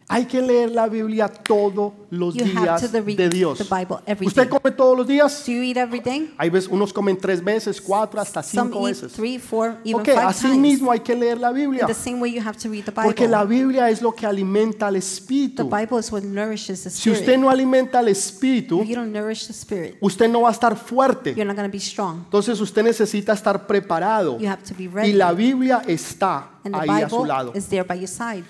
Hay que leer la Biblia todos los
You have
días
to the read
de Dios.
the Bible every
¿Usted
day.
come todos los días?
Do you eat every day?
Hay veces, unos comen tres veces, cuatro, hasta
Some
cinco
eat
veces.
three, four, even
Ok,
five
así
times.
mismo hay que leer la Biblia.
In the same way you have to read the
Porque la
Bible.
Biblia es lo que alimenta al
The
espíritu.
Bible is what nourishes the
Si usted
spirit.
no alimenta al espíritu,
If you don't nourish the spirit,
usted no va a estar fuerte.
you're not going to be strong.
Entonces usted necesita estar preparado.
You have to be ready.
Y la Biblia está
And the
ahí a su
Bible
lado.
is there by your side.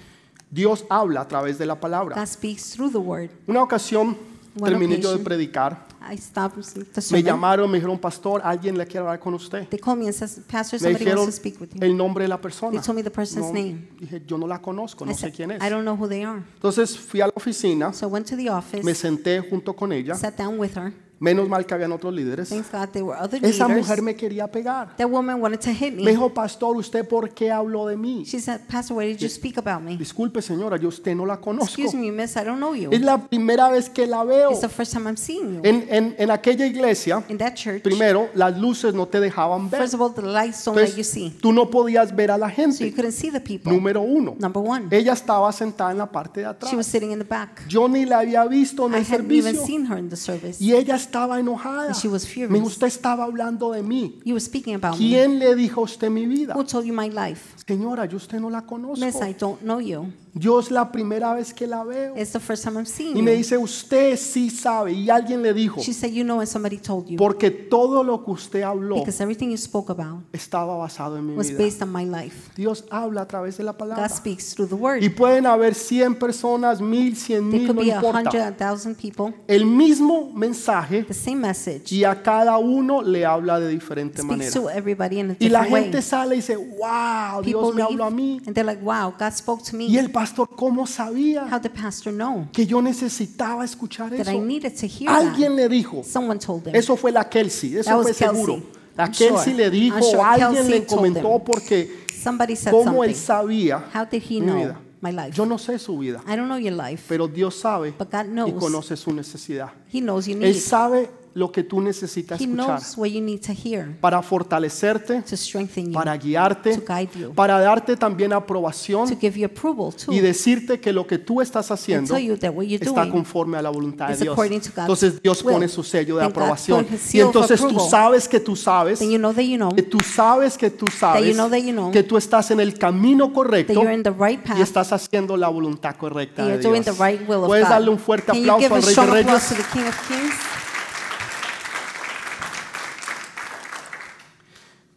Dios habla a través de la palabra.
God speaks through the word.
Una ocasión
One
terminé yo de
occasion.
predicar.
I stopped the
Me
sermon.
llamaron, me dijeron, pastor, alguien le quiere hablar con usted.
They called me and says, Pastor,
Me
somebody wants
dijeron
to speak with you.
el nombre de la persona.
They told me the person's
No,
name.
dije, yo no la conozco,
I
no sé
said,
quién es.
I don't know who they are.
Entonces fui a la oficina,
So I went to the
me
office,
senté junto con ella
sat down with her,
Menos mal que habían otros líderes.
Thanks God there were other
Esa
leaders.
mujer me quería pegar.
that woman wanted to hit me.
Me dijo, pastor, ¿usted por qué habló de mí?
She said, Pastor, why did you speak about me?
Disculpe, señora, yo a usted no la conozco.
Excuse me, miss, I don't know you.
Es la primera vez que la veo.
It's the first time I'm seeing you.
En, en- en aquella iglesia,
In that church,
primero, las luces no te dejaban ver.
first of all, the lights don't let you see.
Entonces, tú no podías ver a la
So you
gente.
couldn't see the people.
Número uno.
Number one,
Ella estaba sentada en la parte de
she was
atrás.
sitting in the back.
Yo ni la había visto en
I
el
hadn't even
servicio.
seen her in the service.
Y ella estaba enojada.
And she was furious.
Me dijo, usted estaba hablando de mí.
You were speaking about me.
¿Quién le dijo a usted mi vida?
Who told you my life?
Señora, yo a usted no la conozco.
Miss, I don't know you.
Yo es la primera vez que la veo.
It's the first time I'm seeing
Y me
you.
dice, usted sí sabe. Y alguien le dijo,
She said, You know, and somebody told you.
porque todo lo que usted habló
Because everything you spoke about
estaba basado en mi
was
vida.
based on my life.
Dios habla a través de la palabra.
God speaks through the
Y
word.
pueden haber 100 personas, 1000, 100
There
mil,
could
no
be a hundred,
importa.
a thousand people,
El mismo mensaje
the same message.
y a cada uno le habla de diferente
Speaks
manera.
to everybody in a
Y la
different way.
gente sale y dice, wow,
People
Dios me habló a mí.
leave and they're like, Wow, God spoke to
Y
me.
el pastor, ¿cómo sabía
How did Pastor know
que yo necesitaba escuchar
that I
eso?
needed to hear
Alguien
that?
le dijo,
Someone told them.
eso fue la Kelsey,
That
eso
was
fue
Kelsey.
seguro. La
I'm sure.
Kelsey le dijo,
I'm sure
alguien
Kelsey
le
told them.
comentó porque
Somebody said
cómo él
something.
sabía
How did he
mi
know
vida.
my life?
Yo no sé su vida,
I don't know your life,
pero Dios sabe
but God
y
knows.
conoce su necesidad.
He knows you
Él
need.
sabe lo que tú necesitas
He
escuchar
knows what you need to hear
para fortalecerte,
to strengthen you,
para guiarte,
to guide you.
para darte también
to
aprobación
give you approval too,
y decirte que lo que tú estás
and
haciendo
tell you that what you're
está
doing
conforme a la voluntad de
is
Dios.
according to God's
Entonces Dios
will.
pone su sello de
Then God
aprobación
put his
y
seal of
entonces tú
approval.
sabes que tú sabes
then you know that you know
que tú sabes que tú sabes
know that you know.
que tú estás en el camino
that
correcto
you're in the right
y
path.
estás haciendo la voluntad correcta
and
de
You're doing
Dios.
the right will of
Puedes
God.
darle un fuerte
Can you give
aplauso
a
al Rey de
strong applause
Reyes.
to the King of Kings?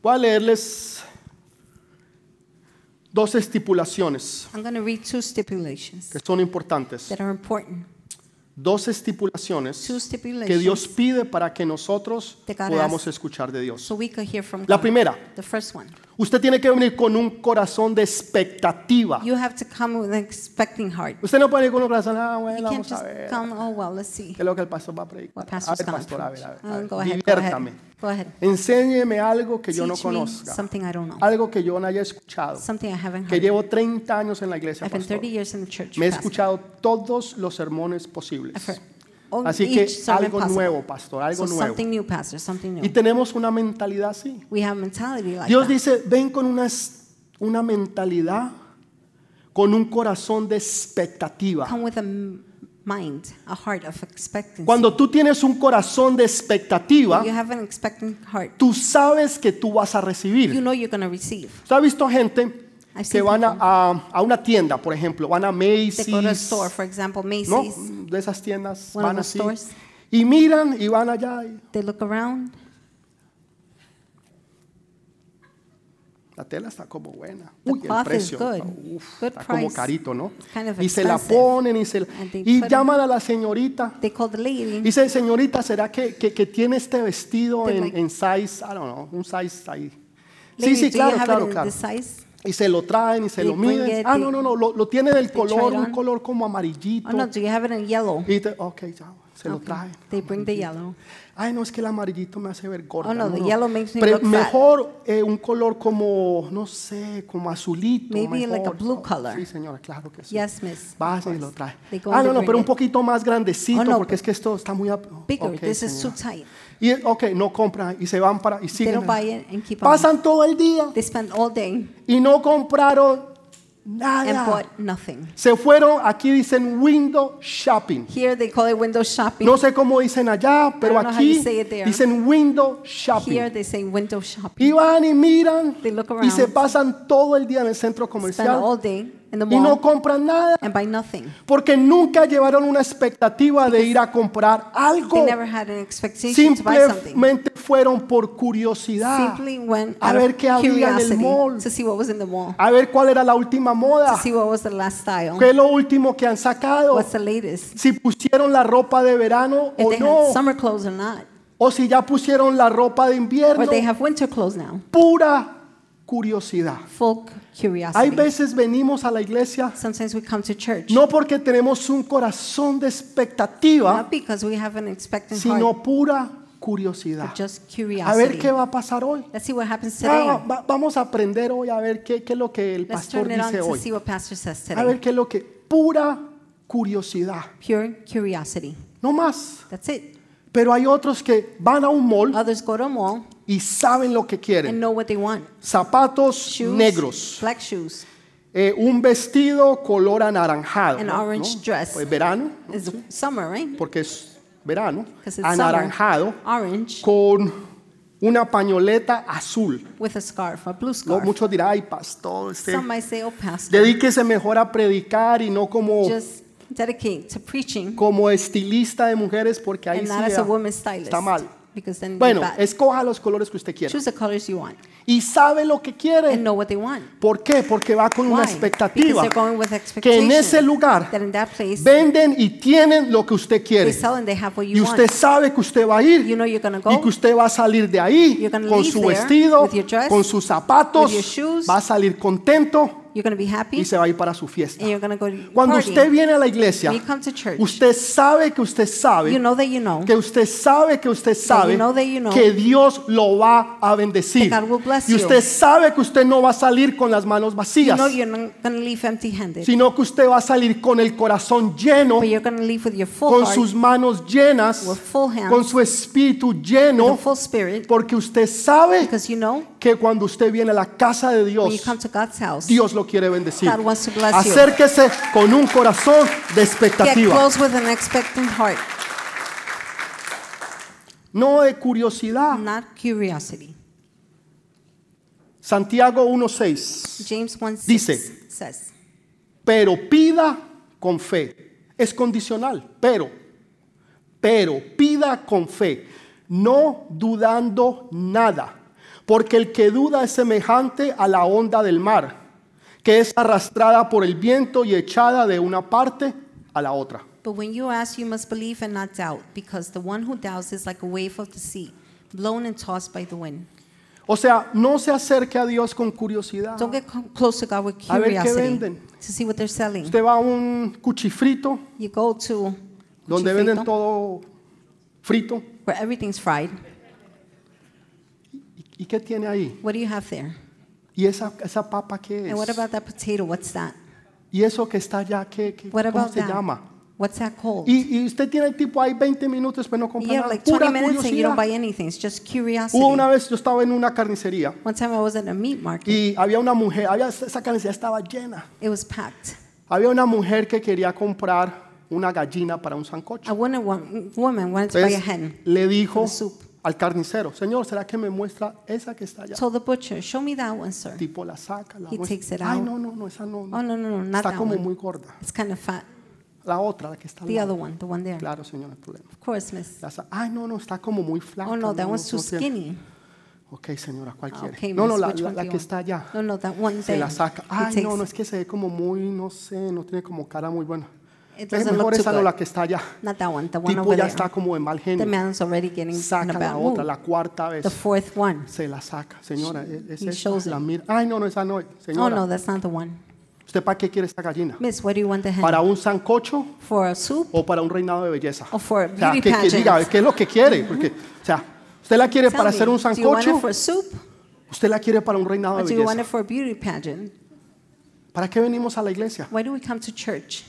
Voy a leerles dos estipulaciones
I'm going to read two stipulations
que son importantes.
that are important.
Dos estipulaciones
Two
que
stipulations
Dios pide para que nosotros
that God
podamos
asks.
escuchar de Dios.
so we could hear from
La
God.
primera,
The first one.
usted tiene que venir con un corazón de expectativa.
You have to come with an expecting heart.
Usted no puede ir con un corazón, ah,
You
bueno,
can't
vamos a
just
ver.
come, oh, well, let's see
¿Qué es lo que el pastor va a predicar?
what
A
pastor's
ver,
going
pastor, a
to
ver, a ver, a
Um,
ver.
Go ahead, go
Diviértame.
ahead. Go ahead.
Enséñeme algo que yo no
Teach me
conozca.
something I don't know.
Algo que yo no haya escuchado.
Something I haven't
Que
heard.
llevo 30 años en la iglesia,
I've been
pastor.
30 years in the church.
Me he
pastor.
escuchado todos los sermones
I've
posibles.
heard all-
Así que
each sermon
algo
possible.
nuevo, pastor, algo
So
nuevo.
something new, pastor, something
Y
new.
tenemos una mentalidad así.
We have mentality like
Dios
that.
dice, ven con una, una mentalidad, con un corazón de expectativa.
Come with a m- mind, a heart of expectancy.
Cuando tú tienes un corazón de expectativa,
you have an expectant heart,
tú sabes que tú vas a
you
recibir.
know you're going to receive.
¿Usted ha visto gente
I've
que
seen
van a,
people
a- a una tienda, por ejemplo, van a
that go to a
Macy's,
store, for example,
¿no?
Macy's.
De esas tiendas
One of
van
those
así.
stores.
Y miran y van allá. y
They look around.
La tela está como buena.
The
Uy, el
cloth is
precio.
good.
Uf,
Good
está como
price.
carito, ¿no?
It's kind of
Y se la
expensive.
ponen y se la-
And they
Y
put it-
llaman a la señorita.
They call the lady.
Dice, señorita, ¿será que, que, que tiene este vestido
They're
en,
like-
en size, I don't know, un size ahí? Sí,
Lady,
sí,
do you
claro,
have
claro,
it in
claro.
this size?
Y se lo traen y se
They
lo
bring
miden.
it,
Ah,
they-
no, no, no, lo, lo tiene
they
del
try
color,
it
un
on.
color como amarillito.
Oh no, do you have it in yellow?
Y te, ok, ya, se lo
Okay.
traen.
They bring the yellow.
Ay, no, es que el amarillito me hace ver gorda.
Oh, no, the yellow makes me look fat.
Mejor eh, un color como, no sé, como azulito.
Maybe
mejor.
like a blue color.
Sí, señora, claro que sí.
Yes, miss.
Vas y lo trae.
They go
Ah,
and they
no, no,
bring
pero un
it.
poquito más grandecito
Oh, no,
porque es que esto está muy... ap-
Bigger.
Ok,
this is
señora.
too tight.
Y ok, no compran y se van para y
They
siguen.
don't buy it and keep on.
Pasan todo el día
They spend all day
y no compraron
and
nada.
bought nothing.
Se fueron, aquí dicen window shopping.
Here they call it window shopping.
No sé cómo dicen allá, pero
don't know how you
aquí
say it there.
dicen window
Here
shopping.
they say window shopping.
Y van y miran
They look
y se
around.
pasan todo el día en el centro
Spend all
comercial
day in the
y no
mall
compran nada
and buy nothing.
porque nunca llevaron una expectativa de ir a comprar
They
algo.
never had an expectation to buy something.
Simplemente fueron por curiosidad.
Simply went
A
out
ver
of
qué había en el
curiosity
mall.
to see what was in the mall,
A ver cuál era la última
to
moda.
see what was the last style,
¿Qué es lo último que han sacado?
what's the latest,
Si pusieron la ropa de verano
if
o
they
Oh, no.
had summer clothes or not,
O si ya pusieron la ropa de invierno.
Pues, or they have winter clothes now.
Pura curiosidad.
folk
Hay
curiosity.
veces venimos a la iglesia
Sometimes we come to church
no porque tenemos un corazón de expectativa,
not because we have an expectant heart,
sino pura
but
curiosidad.
just
A ver
curiosity.
qué va a pasar hoy.
Let's see what happens
Ah,
today.
va- vamos a aprender hoy a ver qué, qué es lo que el
Let's
pastor
turn it on
dice
to
hoy.
see what Pastor says
A ver
today.
qué es lo que pura curiosidad,
Pure curiosity.
no más.
That's it.
Pero hay otros que van a un mall
Others go to a mall
y saben lo que
and
quieren.
know what they want.
Zapatos
Shoes,
negros,
black shoes.
eh, un vestido color anaranjado,
An
¿no?
orange dress.
Pues verano,
It's summer, right?
porque es verano,
'Cause it's
anaranjado,
summer. Orange
con una pañoleta azul.
with a scarf, a blue
¿no?
scarf.
Muchos dirán, ay pastor, usted
Some might say, oh, Pastor,
dedíquese mejor a predicar y no como
just dedicate to preaching
como estilista de mujeres porque ahí
and
sí
not as a woman
ah,
stylist.
está mal.
Because then
Bueno,
you're bad.
escoja los colores que usted quiera
choose the colors you want
y sabe lo que
and
quiere.
know what they want.
¿Por qué? Porque va con
Why?
una
Because
expectativa
they're going with
que en
expectation
ese lugar
that in that place
venden y tienen lo que usted
they
quiere.
sell and they have what
Y
you
usted
want.
sabe que usted va a
You
ir
know you're gonna
y que
go.
usted va a salir de ahí
You're gonna
con
leave
su
there
vestido,
with your dress,
con sus
with your
zapatos,
shoes.
va a salir contento
You're gonna be happy
y se va a ir para su
and
fiesta.
you're gonna go to
Cuando
party.
usted viene a la iglesia,
When you come to church,
usted sabe que usted sabe
you know that you know
que usted sabe que usted sabe
know that you know
que Dios lo va a bendecir.
that God will bless
Y
you.
usted sabe que usted no va a salir con las manos
you
vacías,
know you're not gonna leave empty-handed,
sino que usted va a salir con el corazón lleno,
but you're gonna leave with your full
con
heart,
sus manos llenas,
with full hands,
con su espíritu
with a
lleno,
full spirit,
porque usted sabe
because you know
que cuando usted viene a la casa de
when you
Dios,
come to God's house,
Dios lo quiere bendecir.
God wants to bless you.
Acérquese con un corazón
get
de expectativa,
close with an expectant heart,
no de curiosidad.
not curiosity.
Santiago 1:6.
James 1
Dice,
says,
pero pida con fe. Es condicional, pero, pero pida con fe, no dudando nada, porque el que duda es semejante a la onda del mar, que es arrastrada por el viento y echada de una parte a la otra.
But when you ask, you must believe and not doubt, because the one who doubts is like a wave of the sea, blown and tossed by the wind.
O sea, no se acerque a Dios con curiosidad.
Don't get co- close to God with
A ver qué
curiosity
venden.
to see what they're selling.
Usted va a un cuchifrito
You go to
donde
Cuchifrito,
venden todo frito.
where everything's fried.
¿Y qué tiene ahí?
What do you have there?
¿Y esa, esa papa qué
And what
es?
about that potato? What's that?
Y eso que está allá, ¿qué, qué-
What
cómo
about
se
that?
llama?
What's that called?
Y, y usted tiene tipo ahí 20 minutos, pero no compra
You have
nada.
like 20
Pura
minutes and you don't
curiosidad.
buy anything. It's just curiosity.
Hubo una vez, yo estaba en una carnicería
One time I was at a meat market.
y había una mujer, había, esa carnicería estaba llena.
It was packed.
Había una mujer que quería comprar una gallina para un sancocho.
A woman, one woman wanted to buy a
Entonces,
hen.
le dijo
for the soup.
al carnicero, señor, ¿será que me muestra esa que está allá?
Told the butcher, show me that one, sir.
Tipo la saca, la
He
muestra.
takes it
Ay,
out.
no, no, no, esa no. no.
Oh, no, no, no, not
está
that
como
one.
muy gorda.
It's kind of fat.
La otra, la que está al
The
lado.
other one, the one there.
Claro, señor, no hay problema.
Of course, miss.
La sa- Ay, no, no, está como muy flaca.
Oh, no, that one's too
no tiene-
skinny.
Ok, señora, ¿cuál
Ah,
quiere?
okay,
no, no,
miss,
la,
which
la-
one
la
do you
que
want?
está allá.
No, no, that one
Se
there.
la saca.
He
Ay,
takes
no, no,
it.
es que se ve como muy, no sé, no tiene como cara muy buena.
It
Es
doesn't
mejor
look too
esa no,
good.
la que está allá.
Not that one, the one
Tipo
over
ya
there.
está como de mal
The
genio.
man's already getting in a
Saca
bad
la otra,
mood.
la cuarta vez.
The fourth one. Oh,
Se la saca, señora. e- Es
He
esa,
shows
la
it.
mira. Ay, no, no, esa no.
Oh, no,
Señora,
that's not the one.
¿usted para qué quiere esta gallina?
Miss, what do you want the hen?
¿Para un sancocho
For a soup?
o para un reinado de belleza?
Or Oh, for a
O sea,
beauty
que, que
pageant?
diga, ¿qué es lo que quiere? Porque, o sea, ¿usted la quiere
Tell
para hacer
me,
un
do you want
sancocho?
it for soup?
¿Usted la quiere para un reinado de
Or do you want
belleza?
it for a beauty pageant?
¿Para qué venimos a la iglesia?
Why do we come to church?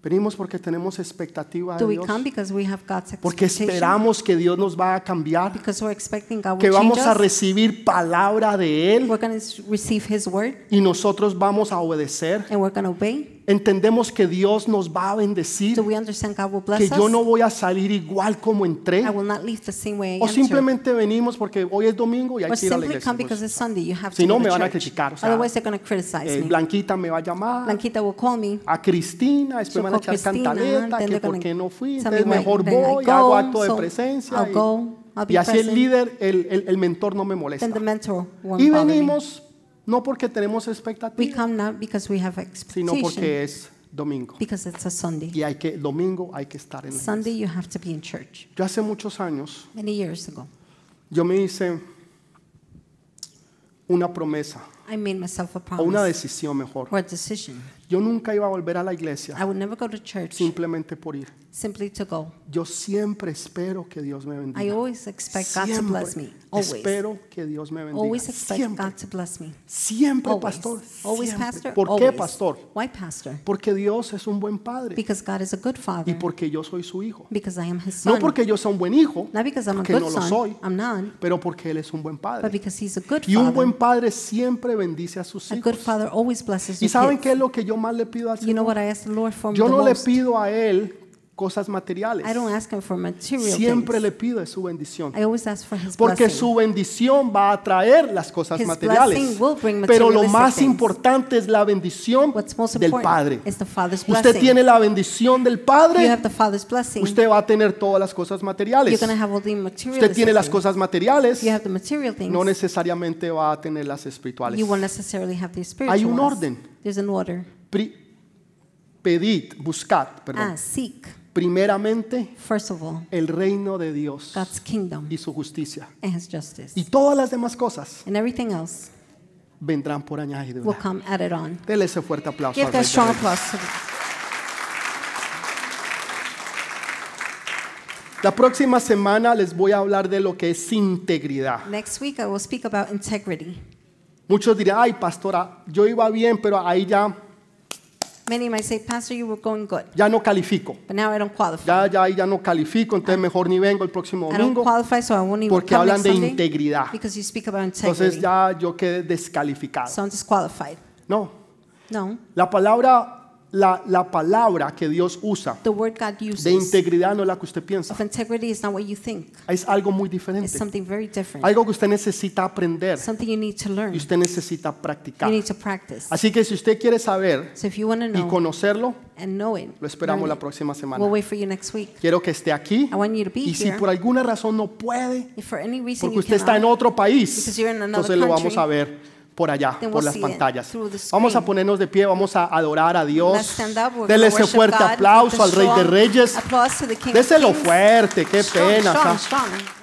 Venimos porque tenemos expectativa
Do
de
we
Dios.
come because we have God's
Porque
expectation?
esperamos que Dios nos va a cambiar,
Because we're expecting God
que
will change
vamos a
us?
recibir palabra de Él
We're going to receive His word
y nosotros vamos a obedecer.
and we're going to obey?
Entendemos que Dios nos va a
Do
bendecir,
we understand God will
que
bless
yo no
us?
voy a salir igual como entré.
I will not leave the same way I
O
entered.
simplemente venimos porque hoy es domingo y hay
Or
que ir a la
simply
iglesia. pues.
come because it's Sunday. You have
Si
to
no,
go
me
to
van a
church.
criticar, o sea,
Otherwise, they're going to criticize
Eh,
me.
Blanquita me va a llamar,
Blanquita will call me.
a Cristina, después
She'll
van a
call
echar
Christina.
cantaleta,
Then
que
they're
por
going
qué
to
no fui,
tell me
entonces
why.
mejor
Then I
voy, hago
go,
acto de
so
presencia.
I'll
y-
go, I'll be
Y así el
present.
líder, el, el- el mentor no me molesta.
Then the mentor won't
Y
bother me.
venimos no porque tenemos
We
expectativas,
come not because we have
sino
expectation,
porque es domingo.
because it's a Sunday.
Y hay que, domingo hay que estar en la iglesia.
Sunday, you have to be in church.
Yo hace muchos años,
Many years ago,
yo me hice una promesa
I made myself a promise
o una decisión mejor.
or a decision.
Yo nunca iba a volver a la iglesia
I would never go to church
simplemente por ir.
simply to go.
Yo siempre espero que Dios me
I
bendiga.
always expect God to bless me. Always.
espero que Dios me bendiga.
Always expect
Siempre,
God to bless me.
siempre,
Always.
pastor.
Always,
siempre.
pastor.
¿Por
Always.
qué, pastor?
Why, pastor?
Porque Dios es un buen padre
Because God is a good father.
y porque yo soy su hijo.
because I am His son.
No porque yo sea un buen hijo,
Not because I'm a
porque
good
no lo
son.
soy,
I'm not.
pero porque Él es un buen
But
padre.
because He's a good
Y
father.
un buen padre siempre bendice a sus
a good
hijos.
father always blesses
¿Y
his
saben
kids.
qué es lo que yo más le pido al
You know
Señor?
what I ask the Lord for
Yo
the
no le
most?
pido a Él cosas materiales.
I don't ask him for material
Siempre
things.
le pido es su bendición.
I always ask for his
Porque
blessing.
su bendición va a traer las cosas
His
materiales.
blessing will bring
Pero lo
materialistic
más
things.
importante es la bendición
What's most
del
important
Padre.
is the Father's
Usted
blessing.
tiene la bendición del
you
Padre,
have the father's blessing.
usted va a tener todas las cosas
You're
materiales.
going to have all the material
Usted tiene las cosas materiales,
You have the material things.
no necesariamente va a tener las
you
espirituales.
won't necessarily have the spiritual
Hay un
ones.
orden.
There's an order.
Pri- pedid, buscad,
Ah,
perdón,
seek,
primeramente
first of all,
el reino de Dios
God's kingdom
y su justicia.
and his justice.
Y todas las demás cosas
And everything else
vendrán por
will
añadidura.
come added on.
Dele ese fuerte aplauso.
Give
al
that
Rey de
strong
Reyes.
applause. to-
La próxima semana les voy a hablar de lo que es integridad.
Next week I will speak about integrity.
Muchos dirán, ay, pastora, yo iba bien, pero ahí ya,
Many might say, Pastor, you were going good,
ya no califico.
but now I don't qualify.
Ya, ya, ahí ya no califico, entonces mejor ni vengo el próximo
Ah. I don't
domingo.
qualify, so I won't even
Porque
come
hablan
next
de
Sunday
integridad.
Because you speak about
Entonces
integrity,
ya yo quedé descalificado.
so I'm disqualified.
No,
No,
la palabra, la, la palabra que Dios usa
the word God
de
uses
integridad no es la que usted piensa.
of integrity is not what you think.
Es algo muy
It's
diferente.
something very different.
Algo que usted necesita aprender
something you need to
y
learn.
usted necesita
You
practicar.
need to practice.
Así que si usted quiere saber
So if you want to
y
know
conocerlo,
and know it,
lo esperamos
learn
la
it.
próxima
we'll
semana.
wait for you next week.
Quiero que esté aquí
I want you to be
y si
here.
por alguna razón no puede,
if for any reason
porque
you
usted está en
cannot,
otro país,
because you're in another
entonces lo vamos
country,
a ver por allá,
then
por
we'll
las
see it
pantallas.
through the
Vamos a
screen.
ponernos de pie, vamos a adorar a
let's
Dios.
stand up. We're gonna
Dele ese
worship
fuerte
God with
aplauso
a
al Rey de
strong
Reyes.
Applause to the King of
Déselo
Kings.
fuerte, qué
Strong,
pena.
strong,
está.
strong.